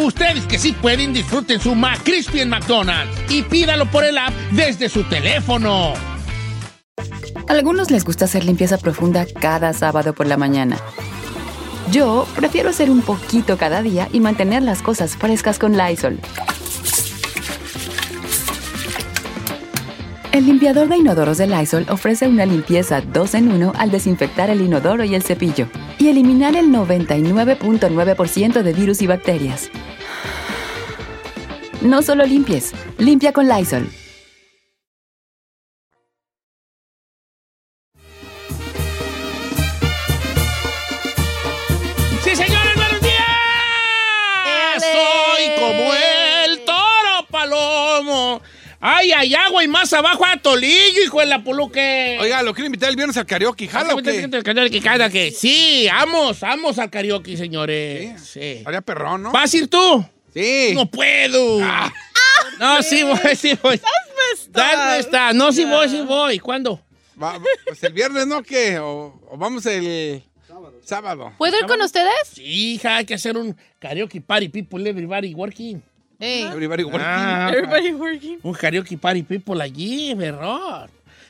Speaker 1: Ustedes que sí pueden, disfruten su McCrispy en McDonald's y pídalo por el app desde su teléfono.
Speaker 9: Algunos les gusta hacer limpieza profunda cada sábado por la mañana. Yo prefiero hacer un poquito cada día y mantener las cosas frescas con Lysol. El limpiador de inodoros de Lysol ofrece una limpieza 2 en 1 al desinfectar el inodoro y el cepillo y eliminar el 99.9% de virus y bacterias. No solo limpies, limpia con Lysol.
Speaker 1: ¡Sí, señores, buenos días! ¡Ah, Soy como el toro palomo. ¡Ay, ay, agua y más abajo a Tolillo, hijo de la puluque!
Speaker 5: Oiga, lo quiero invitar el viernes al karaoke,
Speaker 1: Ah,
Speaker 5: jala o qué?
Speaker 1: que cada que sí, vamos, vamos al karaoke, señores. Sí.
Speaker 5: Haría perrón, ¿no?
Speaker 1: ¿Vas a ir tú?
Speaker 5: Sí. Ah,
Speaker 1: No puedo. No, sí voy, sí
Speaker 5: (laughs)
Speaker 1: voy. Dame esta. No, sí voy, sí voy. ¿Cuándo?
Speaker 5: Va- va- pues el viernes, ¿no? ¿Qué? O, o vamos el sábado.
Speaker 2: ¿Puedo ir con ustedes?
Speaker 1: Sí, hija, hay que hacer un karaoke party, people, everybody working.
Speaker 2: Eh,
Speaker 5: (laughs) Everybody working.
Speaker 1: Ah,
Speaker 2: working.
Speaker 1: un karaoke party people allí, verdad.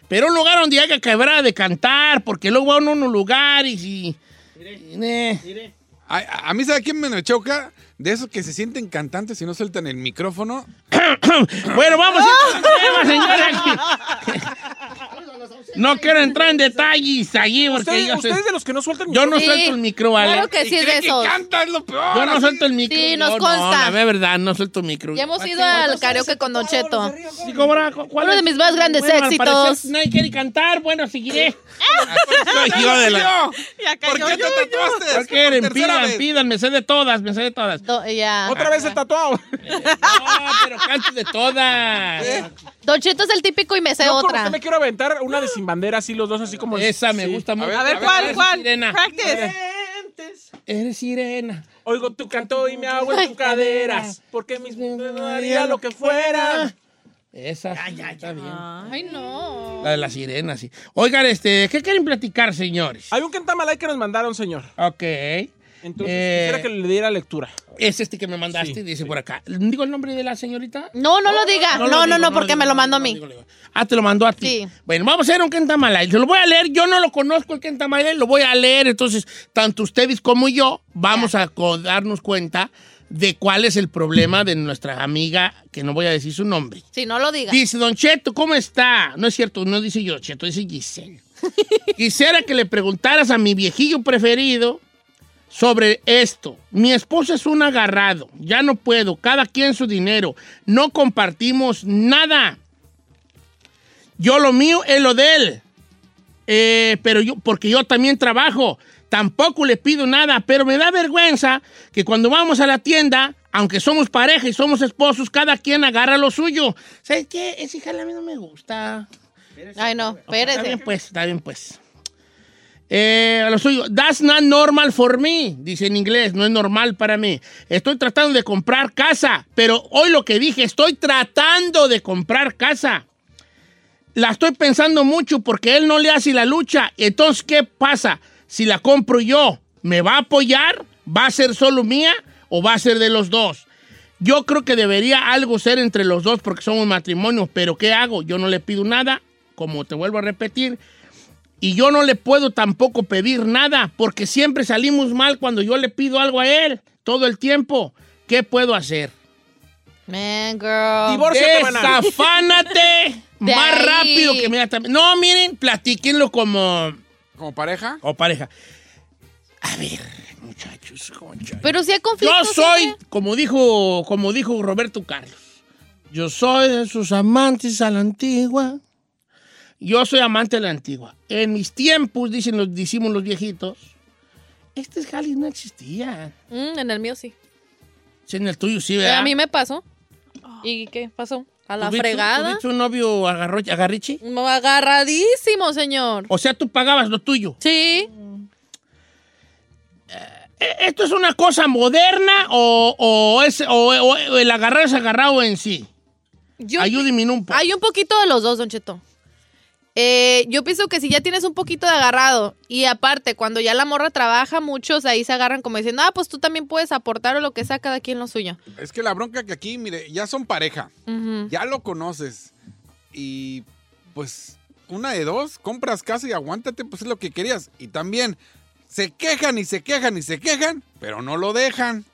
Speaker 1: Pero un lugar donde haya quebrada de cantar, porque luego va uno a un lugar y si... Eh.
Speaker 5: A, a- a mí, ¿sabe quién me choca? De esos que se sienten cantantes y no sueltan el micrófono.
Speaker 1: (coughs) bueno, vamos a ir con el tema, señora. No quiero entrar en detalles allí porque
Speaker 3: Ustedes-
Speaker 1: yo sé-
Speaker 3: ustedes de los que no sueltan
Speaker 1: Yo no
Speaker 2: Sí,
Speaker 1: suelto el micro, ¿vale?
Speaker 2: Claro que sí es de esos.
Speaker 5: canta, es lo peor.
Speaker 1: Yo
Speaker 5: (laughs)
Speaker 1: no suelto el micro.
Speaker 2: Sí,
Speaker 1: yo
Speaker 2: nos
Speaker 1: no,
Speaker 2: consta.
Speaker 1: No, de verdad, no suelto el micro.
Speaker 2: Ya hemos ido al karaoke con Don Cheto.
Speaker 1: Sí, cobra, cu- ¿cuál
Speaker 2: Uno
Speaker 1: es?
Speaker 2: de mis más grandes
Speaker 1: Bueno, al
Speaker 2: éxitos.
Speaker 1: parecer nadie quiere cantar. Bueno, seguiré. Hijo de la-
Speaker 4: Ya
Speaker 5: ¿Por
Speaker 4: cayó.
Speaker 5: qué te tatuaste?
Speaker 1: No quieren,
Speaker 5: Por tercera
Speaker 1: pidan,
Speaker 5: vez.
Speaker 1: pidan. Me sé de todas, me sé
Speaker 2: (laughs)
Speaker 1: de todas.
Speaker 2: Do- ya.
Speaker 3: Otra vez el tatuado.
Speaker 1: No, pero canto de todas.
Speaker 2: Don Cheto es el típico y me sé
Speaker 3: Yo como
Speaker 2: otra.
Speaker 3: que me quiero aventar una de sin bandera, así los dos, así como.
Speaker 1: Esa me gusta mucho.
Speaker 4: A ver, ¿cuál,
Speaker 1: eres
Speaker 4: cuál?
Speaker 1: Sirena.
Speaker 4: Practice.
Speaker 1: Eres sirena.
Speaker 3: Oigo tu canto y me hago en tus caderas. Porque mis manos no haría lo que
Speaker 1: Ah.
Speaker 3: fuera.
Speaker 1: Esa sí, está bien.
Speaker 2: Ay, no.
Speaker 1: La de la sirena, sí. Oigan, este, ¿qué quieren platicar, señores?
Speaker 3: Hay un cantamalay que nos mandaron, señor.
Speaker 1: Ok.
Speaker 3: Entonces,
Speaker 1: Eh.
Speaker 3: quisiera que le diera lectura.
Speaker 1: Es este que me mandaste,
Speaker 3: Sí,
Speaker 1: dice por acá. ¿Digo el nombre de la señorita?
Speaker 2: No, no lo diga. No,
Speaker 1: lo
Speaker 2: no, no,
Speaker 1: digo, lo
Speaker 2: porque
Speaker 1: digo,
Speaker 2: me lo
Speaker 1: no,
Speaker 2: mandó a
Speaker 1: no
Speaker 2: mí.
Speaker 1: digo, lo digo. Ah, te lo mandó a ti.
Speaker 2: Sí.
Speaker 1: Bueno, vamos a hacer un Kentamalay. Se lo voy a leer. Yo no lo conozco el Kentamalay, lo voy a leer. Entonces, tanto ustedes como yo vamos a co- darnos cuenta de cuál es el problema de nuestra amiga, que no voy a decir su nombre.
Speaker 2: Sí, no lo diga.
Speaker 1: Dice, Don Cheto, ¿cómo está? No es cierto, no dice yo, Cheto, dice Giselle. Quisiera que le preguntaras a mi viejillo preferido sobre esto. Mi esposa es un agarrado, ya no puedo, cada quien su dinero, no compartimos nada. Yo lo mío, él lo de él. Eh, pero yo, porque yo también trabajo, tampoco le pido nada, pero me da vergüenza que cuando vamos a la tienda, aunque somos pareja y somos esposos, cada quien agarra lo suyo. ¿Sabes qué? Esa hija a mí no me gusta.
Speaker 2: Ay, no,
Speaker 1: Está bien,
Speaker 2: espérese.
Speaker 1: pues, está bien, pues. Eh, a lo suyo, that's not normal for me, dice en inglés, no es normal para mí. Estoy tratando de comprar casa, pero hoy lo que dije, estoy tratando de comprar casa. La estoy pensando mucho porque él no le hace la lucha. Entonces, ¿qué pasa? Si la compro yo, ¿me va a apoyar? ¿Va a ser solo mía o va a ser de los dos? Yo creo que debería algo ser entre los dos porque somos matrimonio, pero ¿qué hago? Yo no le pido nada, como te vuelvo a repetir, y yo no le puedo tampoco pedir nada porque siempre salimos mal cuando yo le pido algo a él, todo el tiempo. ¿Qué puedo hacer?
Speaker 2: Man, girl.
Speaker 3: Divórciate, maná.
Speaker 1: Desafánate
Speaker 2: (laughs) De
Speaker 1: más
Speaker 2: ahí.
Speaker 1: rápido que inmediatamente. No, miren, platíquenlo como,
Speaker 5: ¿Como pareja?
Speaker 1: como pareja. A ver, muchachos, concha.
Speaker 2: Pero si hay conflicto.
Speaker 1: Yo soy, como dijo, como dijo Roberto Carlos, yo soy de sus amantes a la antigua. Yo soy amante a la antigua. En mis tiempos, dicen los, decimos los viejitos, este jalis no existía.
Speaker 2: Mm, en el mío sí.
Speaker 1: Si en el tuyo sí,
Speaker 2: Eh,
Speaker 1: ¿verdad?
Speaker 2: A mí me pasó. ¿Y qué pasó? A la
Speaker 1: ¿Tuviste-
Speaker 2: fregada.
Speaker 1: ¿Tuviste un novio agarro- agarrichi?
Speaker 2: Agarradísimo, señor.
Speaker 1: O sea, tú pagabas lo tuyo.
Speaker 2: Sí.
Speaker 1: ¿E- ¿Esto es una cosa moderna o, o es, o- o el agarrar es agarrado en sí?
Speaker 2: Yo
Speaker 1: Ayúdeme un poco.
Speaker 2: Hay un poquito de los dos, Don Cheto. Eh, yo pienso que si ya tienes un poquito de agarrado y aparte cuando ya la morra trabaja, muchos ahí se agarran como diciendo, ah, pues tú también puedes aportar o lo que sea cada quien lo suyo.
Speaker 5: Es que la bronca que aquí, mire, ya son pareja.
Speaker 2: Ujú.
Speaker 5: Ya lo conoces. Y pues, una de dos, compras casa y aguántate, pues es lo que querías. Y también, se quejan y se quejan y se quejan, pero no lo dejan.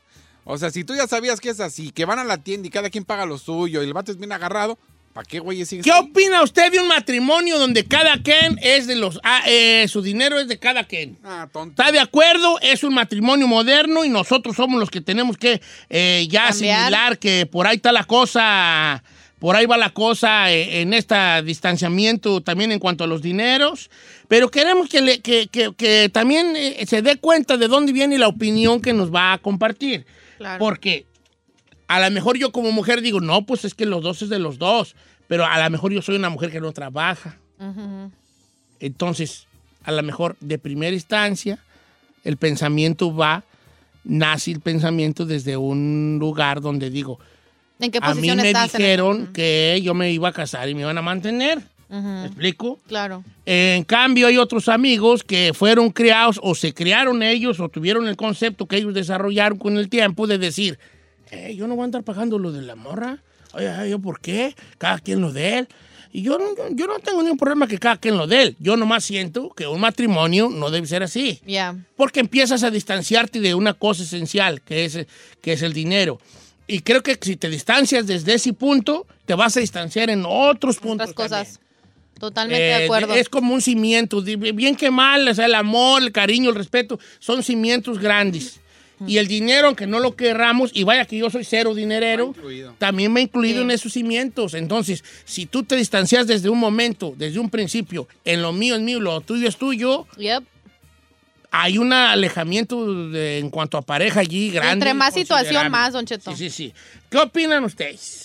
Speaker 5: O sea, si tú ya sabías que es así, que van a la tienda y cada quien paga lo suyo y el vato es bien agarrado, ¿Para qué, güey?
Speaker 1: ¿Qué opina usted de un matrimonio donde cada quien es de los... ah, eh, su dinero es de cada quien?
Speaker 5: Ah, tonto.
Speaker 1: ¿Está de acuerdo? Es un matrimonio moderno y nosotros somos los que tenemos que eh,
Speaker 2: Cambiar.
Speaker 1: ya asimilar que por ahí está la cosa, por ahí va la cosa eh, en este distanciamiento también en cuanto a los dineros. Pero queremos que, le- que- que- que también eh, se dé cuenta de dónde viene la opinión que nos va a compartir.
Speaker 2: Claro.
Speaker 1: Porque a lo mejor yo como mujer digo, no, pues es que los dos es de los dos. Pero a lo mejor yo soy una mujer que no trabaja.
Speaker 2: Ujú.
Speaker 1: Entonces, a lo mejor de primera instancia, el pensamiento va, nace el pensamiento desde un lugar donde digo,
Speaker 2: ¿En qué
Speaker 1: a mí
Speaker 2: posición
Speaker 1: me
Speaker 2: estás? en-
Speaker 1: dijeron que yo me iba a casar y me iban a mantener. ¿Me
Speaker 2: Ujú.
Speaker 1: explico?
Speaker 2: Claro.
Speaker 1: En cambio, hay otros amigos que fueron criados o se criaron ellos o tuvieron el concepto que ellos desarrollaron con el tiempo de decir, "Eh, yo no voy a andar pagando lo de la morra. Oye, ay, ¿yo por qué? Cada quien lo de él. Y yo no, yo- yo no tengo ningún problema que cada quien lo de él. Yo nomás siento que un matrimonio no debe ser así.
Speaker 2: Ya.
Speaker 1: Porque empiezas a distanciarte de una cosa esencial, que es, que es el dinero. Y creo que si te distancias desde ese punto, te vas a distanciar en otros puntos.
Speaker 2: Otras cosas.
Speaker 1: también.
Speaker 2: Totalmente
Speaker 1: Eh,
Speaker 2: de acuerdo.
Speaker 1: Es como un cimiento, di- bien que mal, o sea, el amor, el cariño, el respeto, son cimientos grandes. Y el dinero, aunque no lo querramos, y vaya que yo soy cero dinerero, también me he incluido en esos cimientos. Entonces, si tú te distancias desde un momento, desde un principio, en lo mío es mío, lo tuyo es tuyo,
Speaker 2: Yep.
Speaker 1: hay un alejamiento de- en cuanto a pareja allí grande.
Speaker 2: Entre más situación,
Speaker 1: considerable.
Speaker 2: más, Don Cheto.
Speaker 1: Sí, sí, sí. ¿Qué opinan ustedes?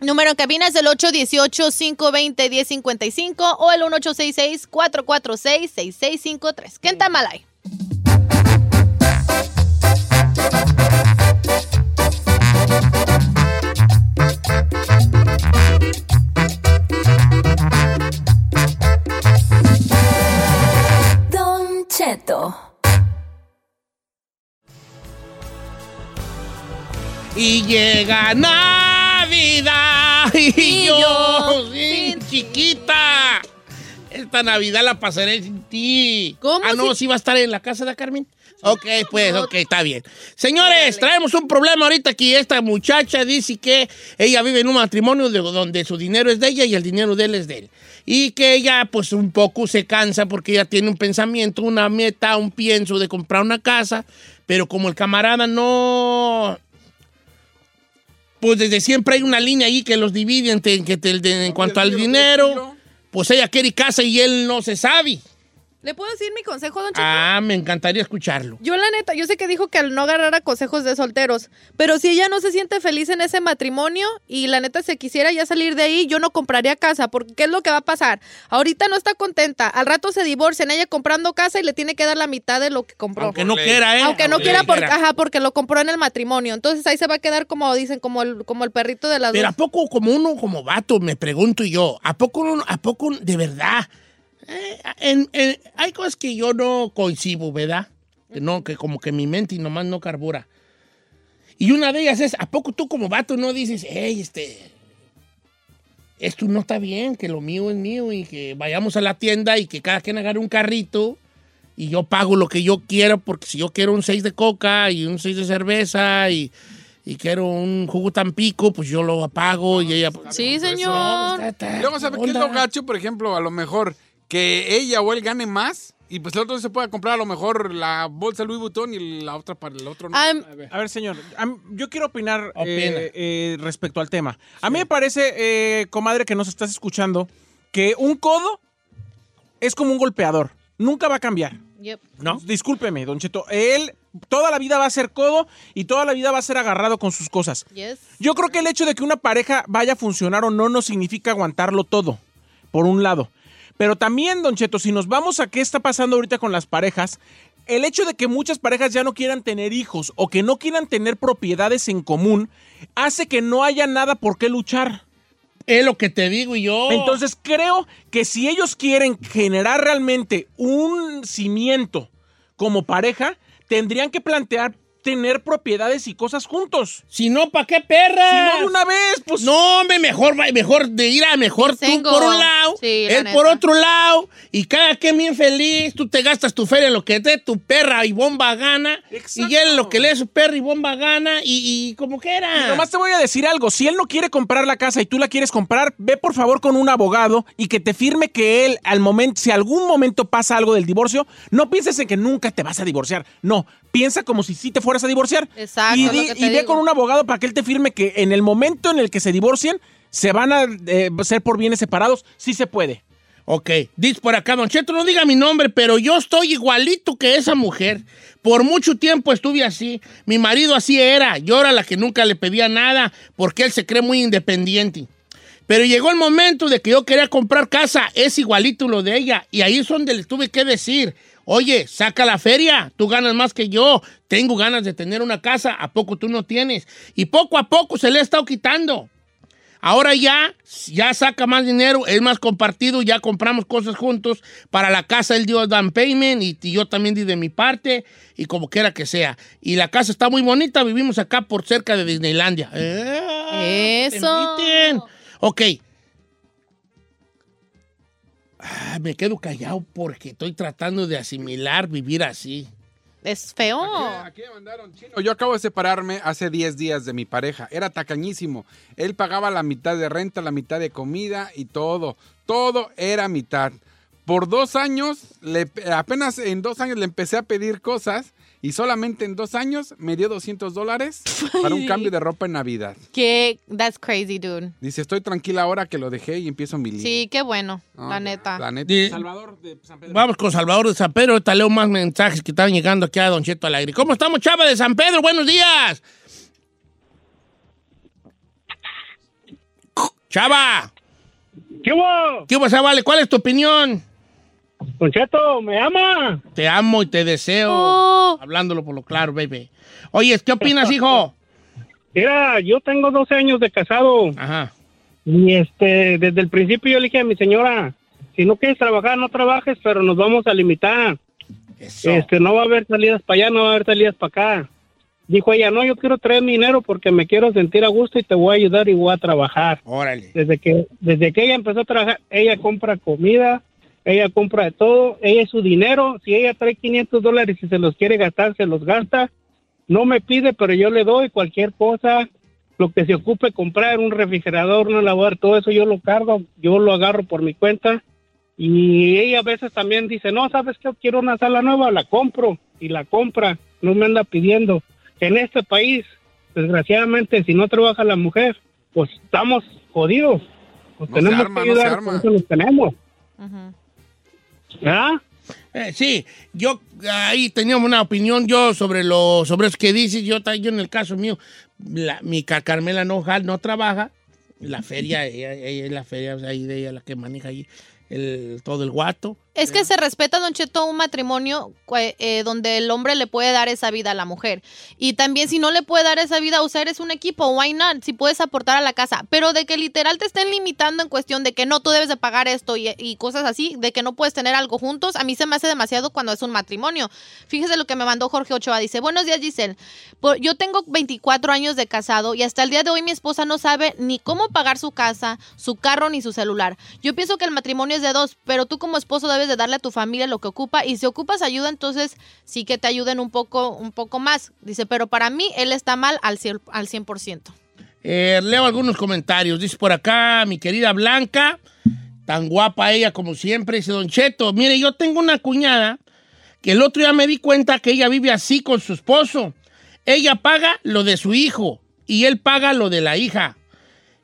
Speaker 2: Número en cabina es el 818-520-1055 o el 1866-446-6653. ¿Qué en Tamalay?
Speaker 7: Don Cheto.
Speaker 1: Y llega Navidad (laughs) y,
Speaker 2: Y
Speaker 1: yo,
Speaker 2: yo
Speaker 1: sin chiquita. Esta Navidad la pasaré sin ti.
Speaker 2: ¿Cómo
Speaker 1: Ah, no,
Speaker 2: si-
Speaker 1: sí va a estar en la casa de Carmen. Ok, pues, ok, está bien. Señores, traemos un problema ahorita que esta muchacha dice que ella vive en un matrimonio de- donde su dinero es de ella y el dinero de él es de él. Y que ella, pues, un poco se cansa porque ella tiene un pensamiento, una meta, un pienso de comprar una casa, pero como el camarada no pues desde siempre hay una línea ahí que los divide en, te- que te- de- en cuanto al dinero. Pues ella quiere casa y él no se sabe.
Speaker 2: ¿Le puedo decir mi consejo, Don Cheto?
Speaker 1: Ah, me encantaría escucharlo.
Speaker 2: Yo la neta, yo sé que dijo que al no agarrara consejos de solteros, pero si ella no se siente feliz en ese matrimonio y la neta se quisiera ya salir de ahí, yo no compraría casa, porque ¿qué es lo que va a pasar? Ahorita no está contenta, al rato se divorcian, ella comprando casa y le tiene que dar la mitad de lo que compró.
Speaker 1: Aunque no quiera, ¿eh?
Speaker 2: Aunque no quiera, porque,
Speaker 1: quiera.
Speaker 2: ajá, porque lo compró en el matrimonio. Entonces ahí se va a quedar como dicen, como el, como el perrito de las
Speaker 1: Pero ¿a
Speaker 2: dos.
Speaker 1: poco como uno, como vato, me pregunto yo, ¿a poco, uno- a poco de verdad? Eh, en- en- hay cosas que yo no coincido, ¿verdad? Que no, que como que mi mente nomás no carbura. Y una de ellas es, ¿a poco tú como vato no dices, hey, este, esto no está bien, que lo mío es mío y que vayamos a la tienda y que cada quien agarre un carrito y yo pago lo que yo quiero, porque si yo quiero un 6 de coca y un 6 de cerveza y, y quiero un jugo tampico, pues yo lo pago y ella...
Speaker 2: Sí,
Speaker 1: No,
Speaker 2: señor.
Speaker 1: pues, está- está-
Speaker 5: Y luego, ¿sabe qué es lo
Speaker 1: onda.
Speaker 5: gacho? Por ejemplo, a lo mejor que ella o él gane más y pues el otro se pueda comprar a lo mejor la bolsa Louis Vuitton y la otra para el otro. no.
Speaker 2: Am-
Speaker 5: A ver.
Speaker 3: A ver, señor, am- yo quiero opinar
Speaker 1: Opina.
Speaker 3: eh, eh, respecto al tema. A mí me parece, eh, comadre, que nos estás escuchando, que un codo es como un golpeador. Nunca va a cambiar.
Speaker 2: Yep.
Speaker 1: ¿No?
Speaker 3: Discúlpeme, don Cheto. Él toda la vida va a ser codo y toda la vida va a ser agarrado con sus cosas.
Speaker 2: Yes.
Speaker 3: Yo creo que el hecho de que una pareja vaya a funcionar o no no significa aguantarlo todo, por un lado. Pero también, Don Cheto, si nos vamos a qué está pasando ahorita con las parejas, el hecho de que muchas parejas ya no quieran tener hijos o que no quieran tener propiedades en común hace que no haya nada por qué luchar.
Speaker 1: Es lo que te digo y yo...
Speaker 3: Entonces creo que si ellos quieren generar realmente un cimiento como pareja, tendrían que plantear tener propiedades y cosas juntos.
Speaker 1: Si no, ¿para qué perra?
Speaker 3: Si no de una vez, pues.
Speaker 1: No, hombre, mejor, va- mejor de ir a mejor tú
Speaker 2: Tengo.
Speaker 1: por un lado,
Speaker 2: Sí, la
Speaker 1: él
Speaker 2: neta.
Speaker 1: por otro lado, y cada quien bien feliz, tú te gastas tu feria en lo que te tu perra y bomba gana, y él lo que le dé su perra y bomba gana, y, y como
Speaker 3: Y
Speaker 1: quiera.
Speaker 3: Nomás te voy a decir algo, si él no quiere comprar la casa y tú la quieres comprar, ve por favor con un abogado y que te firme que él al momento, si algún momento pasa algo del divorcio, no pienses en que nunca te vas a divorciar, no, piensa como si sí te fueras a divorciar.
Speaker 2: Exacto,
Speaker 3: Y,
Speaker 2: es
Speaker 3: di-
Speaker 2: lo que te
Speaker 3: y ve
Speaker 2: digo.
Speaker 3: con un abogado para que él te firme que en el momento en el que se divorcien, se van a eh, ser por bienes separados, sí se puede.
Speaker 1: Ok, dice por acá, Don Cheto, no diga mi nombre, pero yo estoy igualito que esa mujer. Por mucho tiempo estuve así. Mi marido así era. Yo era la que nunca le pedía nada porque él se cree muy independiente. Pero llegó el momento de que yo quería comprar casa. Es igualito lo de ella. Y ahí es donde le tuve que decir, oye, saca la feria. Tú ganas más que yo. Tengo ganas de tener una casa. ¿A poco tú no tienes? Y poco a poco se le ha estado quitando. Ahora ya, ya saca más dinero, es más compartido, ya compramos cosas juntos. Para la casa él dio down payment y, y yo también di de mi parte y como quiera que sea. Y la casa está muy bonita, vivimos acá por cerca de Disneylandia. ¡Eh! ¡Te
Speaker 2: Eso.
Speaker 1: inviten! Ok. Ah, me quedo callado porque estoy tratando de asimilar vivir así.
Speaker 2: Es feo.
Speaker 5: Chino, Yo acabo de separarme hace 10 días de mi pareja. Era tacañísimo. Él pagaba la mitad de renta, la mitad de comida y todo. Todo era mitad. Por dos años, le- apenas en dos años le empecé a pedir cosas y solamente en dos años me dio 200 dólares para un cambio de ropa en Navidad.
Speaker 2: Que, that's crazy, dude.
Speaker 5: Dice, estoy tranquila ahora que lo dejé y empiezo mi línea.
Speaker 2: Sí, qué bueno,
Speaker 5: No,
Speaker 2: la neta.
Speaker 5: La neta.
Speaker 1: Di-
Speaker 3: Salvador de San Pedro.
Speaker 1: Vamos con Salvador de San Pedro. Ahorita leo más mensajes que están llegando aquí a Don Cheto Alegre. ¿Cómo estamos, Chava de San Pedro? Buenos días. Chava.
Speaker 10: ¿Qué hubo?
Speaker 1: ¿Qué hubo, Vale? ¿Cuál es tu opinión?
Speaker 10: Don Cheto, ¿me ama?
Speaker 1: Te amo y te deseo. Hablándolo por lo claro, baby. Oye, ¿qué
Speaker 10: (laughs)
Speaker 1: opinas, hijo?
Speaker 10: Mira, yo tengo 12 años de casado.
Speaker 1: Ajá.
Speaker 10: Y este, desde el principio yo le dije a mi señora, si no quieres trabajar, no trabajes, pero nos vamos a limitar. Este, no va a haber salidas para allá, no va a haber salidas para acá. Dijo ella, no, yo quiero traer mi dinero porque me quiero sentir a gusto y te voy a ayudar y voy a trabajar.
Speaker 1: Órale.
Speaker 10: Desde que, desde que ella empezó a trabajar, ella compra comida, ella compra de todo, ella es su dinero. Si ella trae 500 dólares y se los quiere gastar, se los gasta. No me pide, pero yo le doy cualquier cosa. Lo que se ocupe comprar, un refrigerador, una lavadora, todo eso yo lo cargo, yo lo agarro por mi cuenta. Y ella a veces también dice, no, ¿sabes qué? Quiero una sala nueva, la compro y la compra, no me anda pidiendo. En este país, desgraciadamente, si no trabaja la mujer, pues estamos jodidos. Nos
Speaker 5: No se
Speaker 10: tenemos
Speaker 5: arma,
Speaker 10: que
Speaker 5: no se
Speaker 10: ayudar,
Speaker 5: arma.
Speaker 10: por eso nos tenemos. ¿Ah?
Speaker 1: Eh, sí, yo ahí teníamos una opinión yo sobre lo sobre eso que dices. Yo, ta- yo en el caso mío, la- mi ca- Carmela Nojal no trabaja. La feria, ella, ella es la feria o sea, ahí de ella la que maneja ahí el, todo el guato.
Speaker 2: Es que se respeta, Don Cheto, un matrimonio cua- eh, donde el hombre le puede dar esa vida a la mujer. Y también si no le puede dar esa vida, usar es un equipo, why not? Si puedes aportar a la casa. Pero de que literal te estén limitando en cuestión de que no, tú debes de pagar esto y, y cosas así, de que no puedes tener algo juntos, a mí se me hace demasiado cuando es un matrimonio. Fíjese lo que me mandó Jorge Ochoa. Dice, buenos días, Giselle. Por- yo tengo 24 años de casado y hasta el día de hoy mi esposa no sabe ni cómo pagar su casa, su carro ni su celular. Yo pienso que el matrimonio es de dos, pero tú como esposo debes de darle a tu familia lo que ocupa y si ocupas ayuda, entonces sí que te ayuden un poco, un poco más. Dice, pero para mí él está mal al 100%. Al 100%.
Speaker 1: Eh, leo algunos comentarios. Dice por acá mi querida Blanca, tan guapa ella como siempre. Dice Don Cheto, mire, yo tengo una cuñada que el otro día me di cuenta que ella vive así con su esposo. Ella paga lo de su hijo y él paga lo de la hija.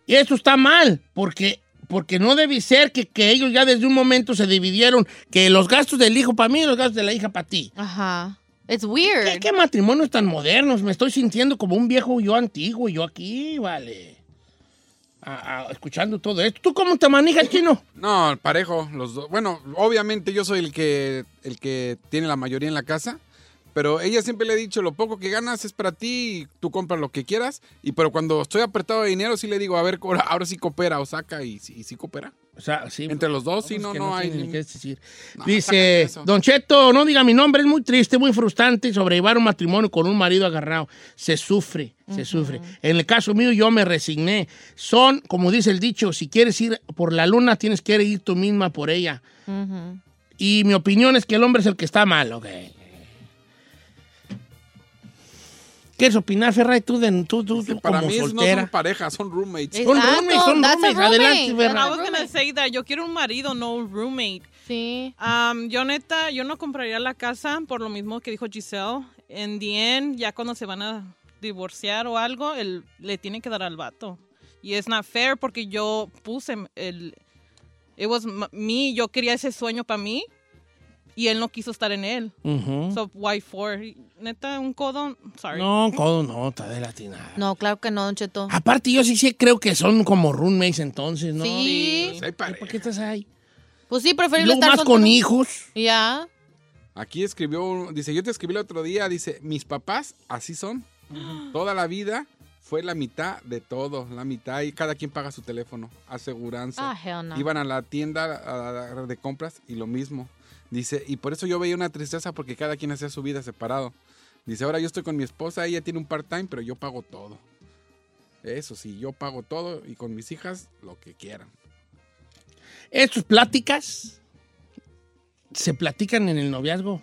Speaker 1: Y eso está mal, porque, porque no debe ser que, que ellos ya desde un momento se dividieron, que los gastos del hijo para mí y los gastos de la hija para ti.
Speaker 2: Ajá. It's weird.
Speaker 1: ¿Qué, qué matrimonios tan modernos? Me estoy sintiendo como un viejo yo antiguo, yo aquí, vale. A- a- escuchando todo esto. ¿Tú cómo te manejas, chino?
Speaker 5: No, parejo, los dos. Bueno, obviamente yo soy el que el que tiene la mayoría en la casa, pero ella siempre le he dicho, lo poco que ganas es para ti, y tú compras lo que (laughs) quieras, y pero cuando estoy apretado de dinero sí le digo, a ver, ahora, ahora sí coopera o saca y, sí- y sí coopera.
Speaker 1: O sea, sí.
Speaker 5: Entre los dos, sí,
Speaker 1: pues
Speaker 5: no,
Speaker 1: que
Speaker 5: no,
Speaker 1: no
Speaker 5: hay.
Speaker 1: tiene ni
Speaker 5: ni-
Speaker 1: qué decir.
Speaker 5: No, sácate
Speaker 1: Dice,
Speaker 5: eso.
Speaker 1: Don Cheto, no diga mi nombre, es muy triste, muy frustrante sobrellevar un matrimonio con un marido agarrado. Se sufre, se sufre. En el caso mío, yo me resigné. Son, como dice el dicho, si quieres ir por la luna, tienes que ir tú misma por ella. Y mi opinión es que el hombre es el que está mal, ok. ¿Quieres opinar, Ferrari? Tú, de, tú, tú, tú
Speaker 5: Para
Speaker 1: como
Speaker 5: mí es- no
Speaker 1: soltera.
Speaker 5: son parejas, son roommates.
Speaker 1: Son roomies, son roomies. Adelante,
Speaker 4: I
Speaker 1: Ferrari.
Speaker 4: was gonna say that. Yo quiero un marido, no un roommate.
Speaker 2: Sí.
Speaker 4: yo neta, yo no compraría la casa por lo mismo que dijo Giselle. En the end, ya cuando se van a divorciar o algo, él le tiene que dar al vato. Y es not fair porque yo puse el... It was m- me, yo quería ese sueño para mí y él no quiso estar en él.
Speaker 1: Ujú.
Speaker 4: So, why for? Neta, un codo, sorry.
Speaker 1: No, codo, no, está de latina.
Speaker 2: No, claro que no, Don Cheto.
Speaker 1: Aparte, yo sí, sí creo que son como roommates entonces, ¿no?
Speaker 2: Sí. Sí,
Speaker 1: ¿Por qué estás ahí?
Speaker 2: Pues sí,
Speaker 1: Y
Speaker 2: preferible
Speaker 1: luego
Speaker 2: estar
Speaker 1: más
Speaker 2: soltero.
Speaker 1: con hijos.
Speaker 2: Ya.
Speaker 5: Aquí escribió, un- dice, yo te escribí el otro día, dice, mis papás así son. Toda la vida fue la mitad de todo, la mitad y cada quien paga su teléfono, aseguranza.
Speaker 2: Ah, hell no.
Speaker 5: Iban a la tienda a- a- de compras y lo mismo. Dice, y por eso yo veía una tristeza porque cada quien hacía su vida separado. Dice, ahora yo estoy con mi esposa, ella tiene un part-time, pero yo pago todo. Eso sí, yo pago todo y con mis hijas lo que quieran.
Speaker 1: Estas pláticas se platican en el noviazgo.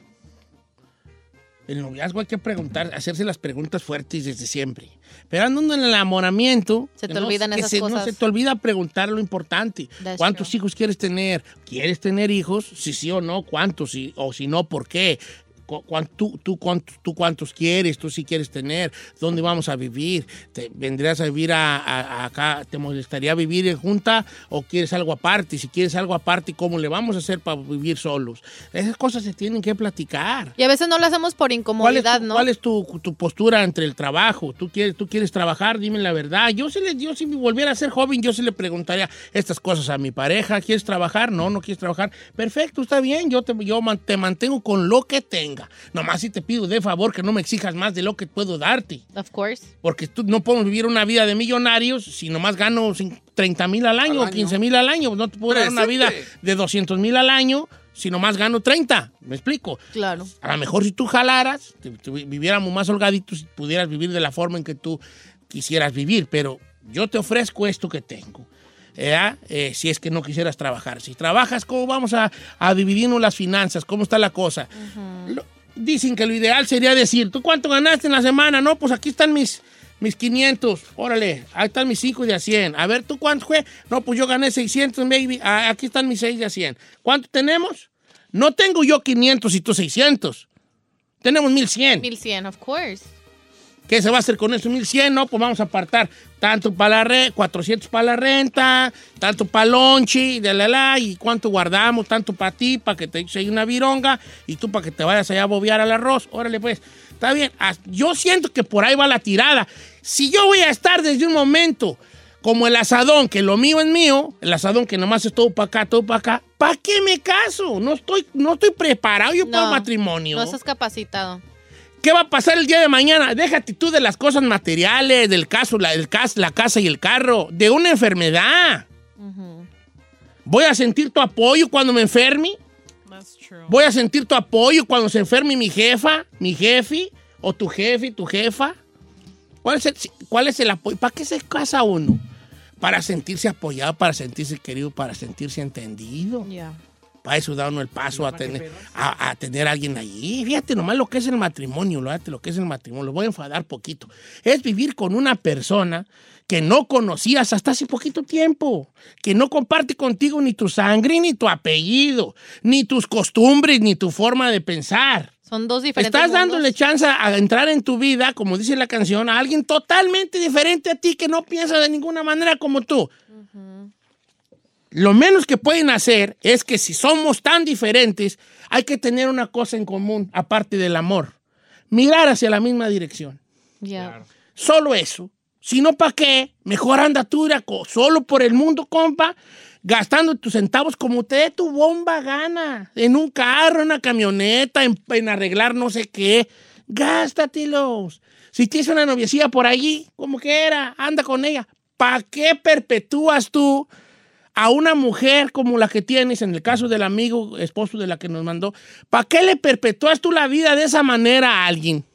Speaker 1: En el noviazgo hay que preguntar, hacerse las preguntas fuertes desde siempre. Pero andando en el enamoramiento,
Speaker 2: Se te
Speaker 1: que no-
Speaker 2: olvidan
Speaker 1: que
Speaker 2: esas
Speaker 1: se- no
Speaker 2: cosas.
Speaker 1: se te olvida preguntar lo importante.
Speaker 2: That's
Speaker 1: ¿Cuántos
Speaker 2: true.
Speaker 1: hijos quieres tener? ¿Quieres tener hijos? Si sí o no, ¿cuántos? Si- o si no, ¿por qué? Cu- cuán- tú, tú, cuántos, tú cuántos quieres? ¿Tú sí quieres tener? ¿Dónde vamos a vivir? ¿Te, ¿Vendrías a vivir a, a- a acá? ¿Te molestaría vivir en junta o quieres algo aparte? Si quieres algo aparte, ¿cómo le vamos a hacer para vivir solos? Esas cosas se tienen que platicar.
Speaker 2: Y a veces no lo hacemos por
Speaker 1: ¿Cuál es,
Speaker 2: incomodidad,
Speaker 1: tu,
Speaker 2: ¿no?
Speaker 1: cuál es tu- tu postura entre el trabajo? ¿Tú quieres, ¿Tú quieres trabajar? Dime la verdad. Yo si, le, yo si me volviera a ser joven, yo sí le preguntaría estas cosas a mi pareja. ¿Quieres trabajar? No, no quieres trabajar. Perfecto, está bien. Yo te, yo man- te mantengo con lo que tenga. Nomás si te pido de favor que no me exijas más de lo que puedo darte.
Speaker 2: Of course.
Speaker 1: Porque tú, no podemos vivir una vida de millonarios si nomás gano cin- 30 mil al año o 15 mil al año. No te puedo dar una vida
Speaker 5: Presente.
Speaker 1: de 200 mil al año si nomás gano 30. ¿Me explico?
Speaker 2: Claro.
Speaker 1: A lo mejor si tú jalaras, te- te- viviéramos más holgaditos y pudieras vivir de la forma en que tú quisieras vivir, pero yo te ofrezco esto que tengo. ¿eh? Eh, si es que no quisieras trabajar. Si trabajas, ¿cómo vamos a, a dividirnos las finanzas? ¿Cómo está la cosa? Lo- dicen que lo ideal sería decir, ¿tú cuánto ganaste en la semana? No, pues aquí están mis, mis 500. Órale, ahí están mis 5 de a 100. A ver, ¿tú cuánto fue? No, pues yo gané 600, baby. Ah, aquí están mis 6 de a 100. ¿Cuánto tenemos? No tengo yo 500 y tú 600. Tenemos 1100.
Speaker 2: 1100, of course.
Speaker 1: ¿Qué se va a hacer con esos 1100? No, pues vamos a apartar tanto para la renta, 400 para la renta, tanto para lonchi, de la la, y cuánto guardamos, tanto para ti, para que te eches ahí una vironga, y tú para que te vayas allá a bobear al arroz. Órale, pues, está bien. As- Yo siento que por ahí va la tirada. Si yo voy a estar desde un momento como el asadón, que lo mío es mío, el asadón que nomás es todo para acá, todo para acá, ¿para qué me caso? No estoy, no estoy preparado yo para
Speaker 2: No,
Speaker 1: un matrimonio.
Speaker 2: No estás capacitado.
Speaker 1: ¿Qué va a pasar el día de mañana? Déjate tú de las cosas materiales, del caso, la, el cas- la casa y el carro, de una enfermedad. Voy a sentir tu apoyo cuando me enferme.
Speaker 4: That's true.
Speaker 1: Voy a sentir tu apoyo cuando se enferme mi jefa, mi jefe, o tu jefe, tu jefa. ¿Cuál es el, cuál es el apoyo? ¿Para qué se casa uno? Para sentirse apoyado, para sentirse querido, para sentirse entendido. Para eso da uno el paso a tener, a, a tener a alguien allí. Fíjate nomás lo que es el matrimonio, lo, lo que es el matrimonio. Lo voy a enfadar poquito. Es vivir con una persona que no conocías hasta hace poquito tiempo, que no comparte contigo ni tu sangre, ni tu apellido, ni tus costumbres, ni tu forma de pensar.
Speaker 2: Son dos diferentes.
Speaker 1: Estás
Speaker 2: mundos.
Speaker 1: dándole chance a entrar en tu vida, como dice la canción, a alguien totalmente diferente a ti que no piensa de ninguna manera como tú. Lo menos que pueden hacer es que si somos tan diferentes, hay que tener una cosa en común, aparte del amor. Mirar hacia la misma dirección.
Speaker 2: Ya.
Speaker 1: Solo eso. Si no, ¿para qué? Mejor anda tú mira, co- solo por el mundo, compa, gastando tus centavos como te dé tu bomba gana. En un carro, en una camioneta, en, en arreglar no sé qué. Gástatelos. Si tienes una noviecilla por allí, como que era, anda con ella. ¿Para qué perpetúas tú a una mujer como la que tienes, en el caso del amigo esposo de la que nos mandó, ¿para qué le perpetúas tú la vida de esa manera a alguien?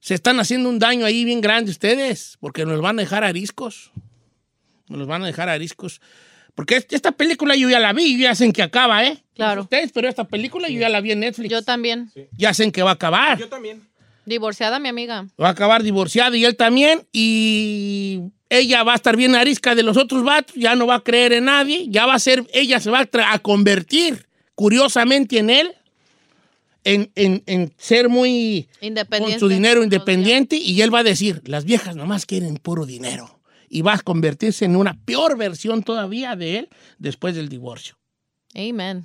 Speaker 1: Se están haciendo un daño ahí bien grande ustedes, porque nos van a dejar ariscos. Nos van a dejar ariscos. Porque es- esta película yo ya la vi, ya hacen que acaba, ¿eh? Claro. Ustedes, pero esta película yo ya la vi en Netflix. Yo
Speaker 2: también.
Speaker 1: Ya hacen que va a acabar.
Speaker 3: también.
Speaker 2: Divorciada, mi amiga.
Speaker 1: Va a acabar divorciada y él también. Y ella va a estar bien arisca de los otros vatos, ya no va a creer en nadie, ya va a ser, ella se va a, tra- a convertir curiosamente en él, en, en- en ser muy
Speaker 2: Independiente.
Speaker 1: con su dinero independiente y él va a decir, las viejas nomás quieren puro dinero. Y va a convertirse en una peor versión todavía de él después del divorcio.
Speaker 2: Amen.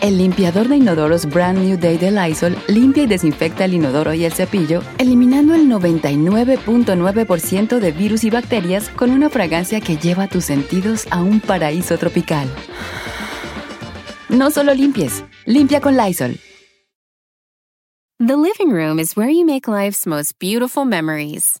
Speaker 9: El limpiador de inodoros Brand New Day de Lysol limpia y desinfecta el inodoro y el cepillo, eliminando el 99.9% de virus y bacterias con una fragancia que lleva tus sentidos a un paraíso tropical. No solo limpies, limpia con Lysol.
Speaker 11: The living room is where you make life's most beautiful memories.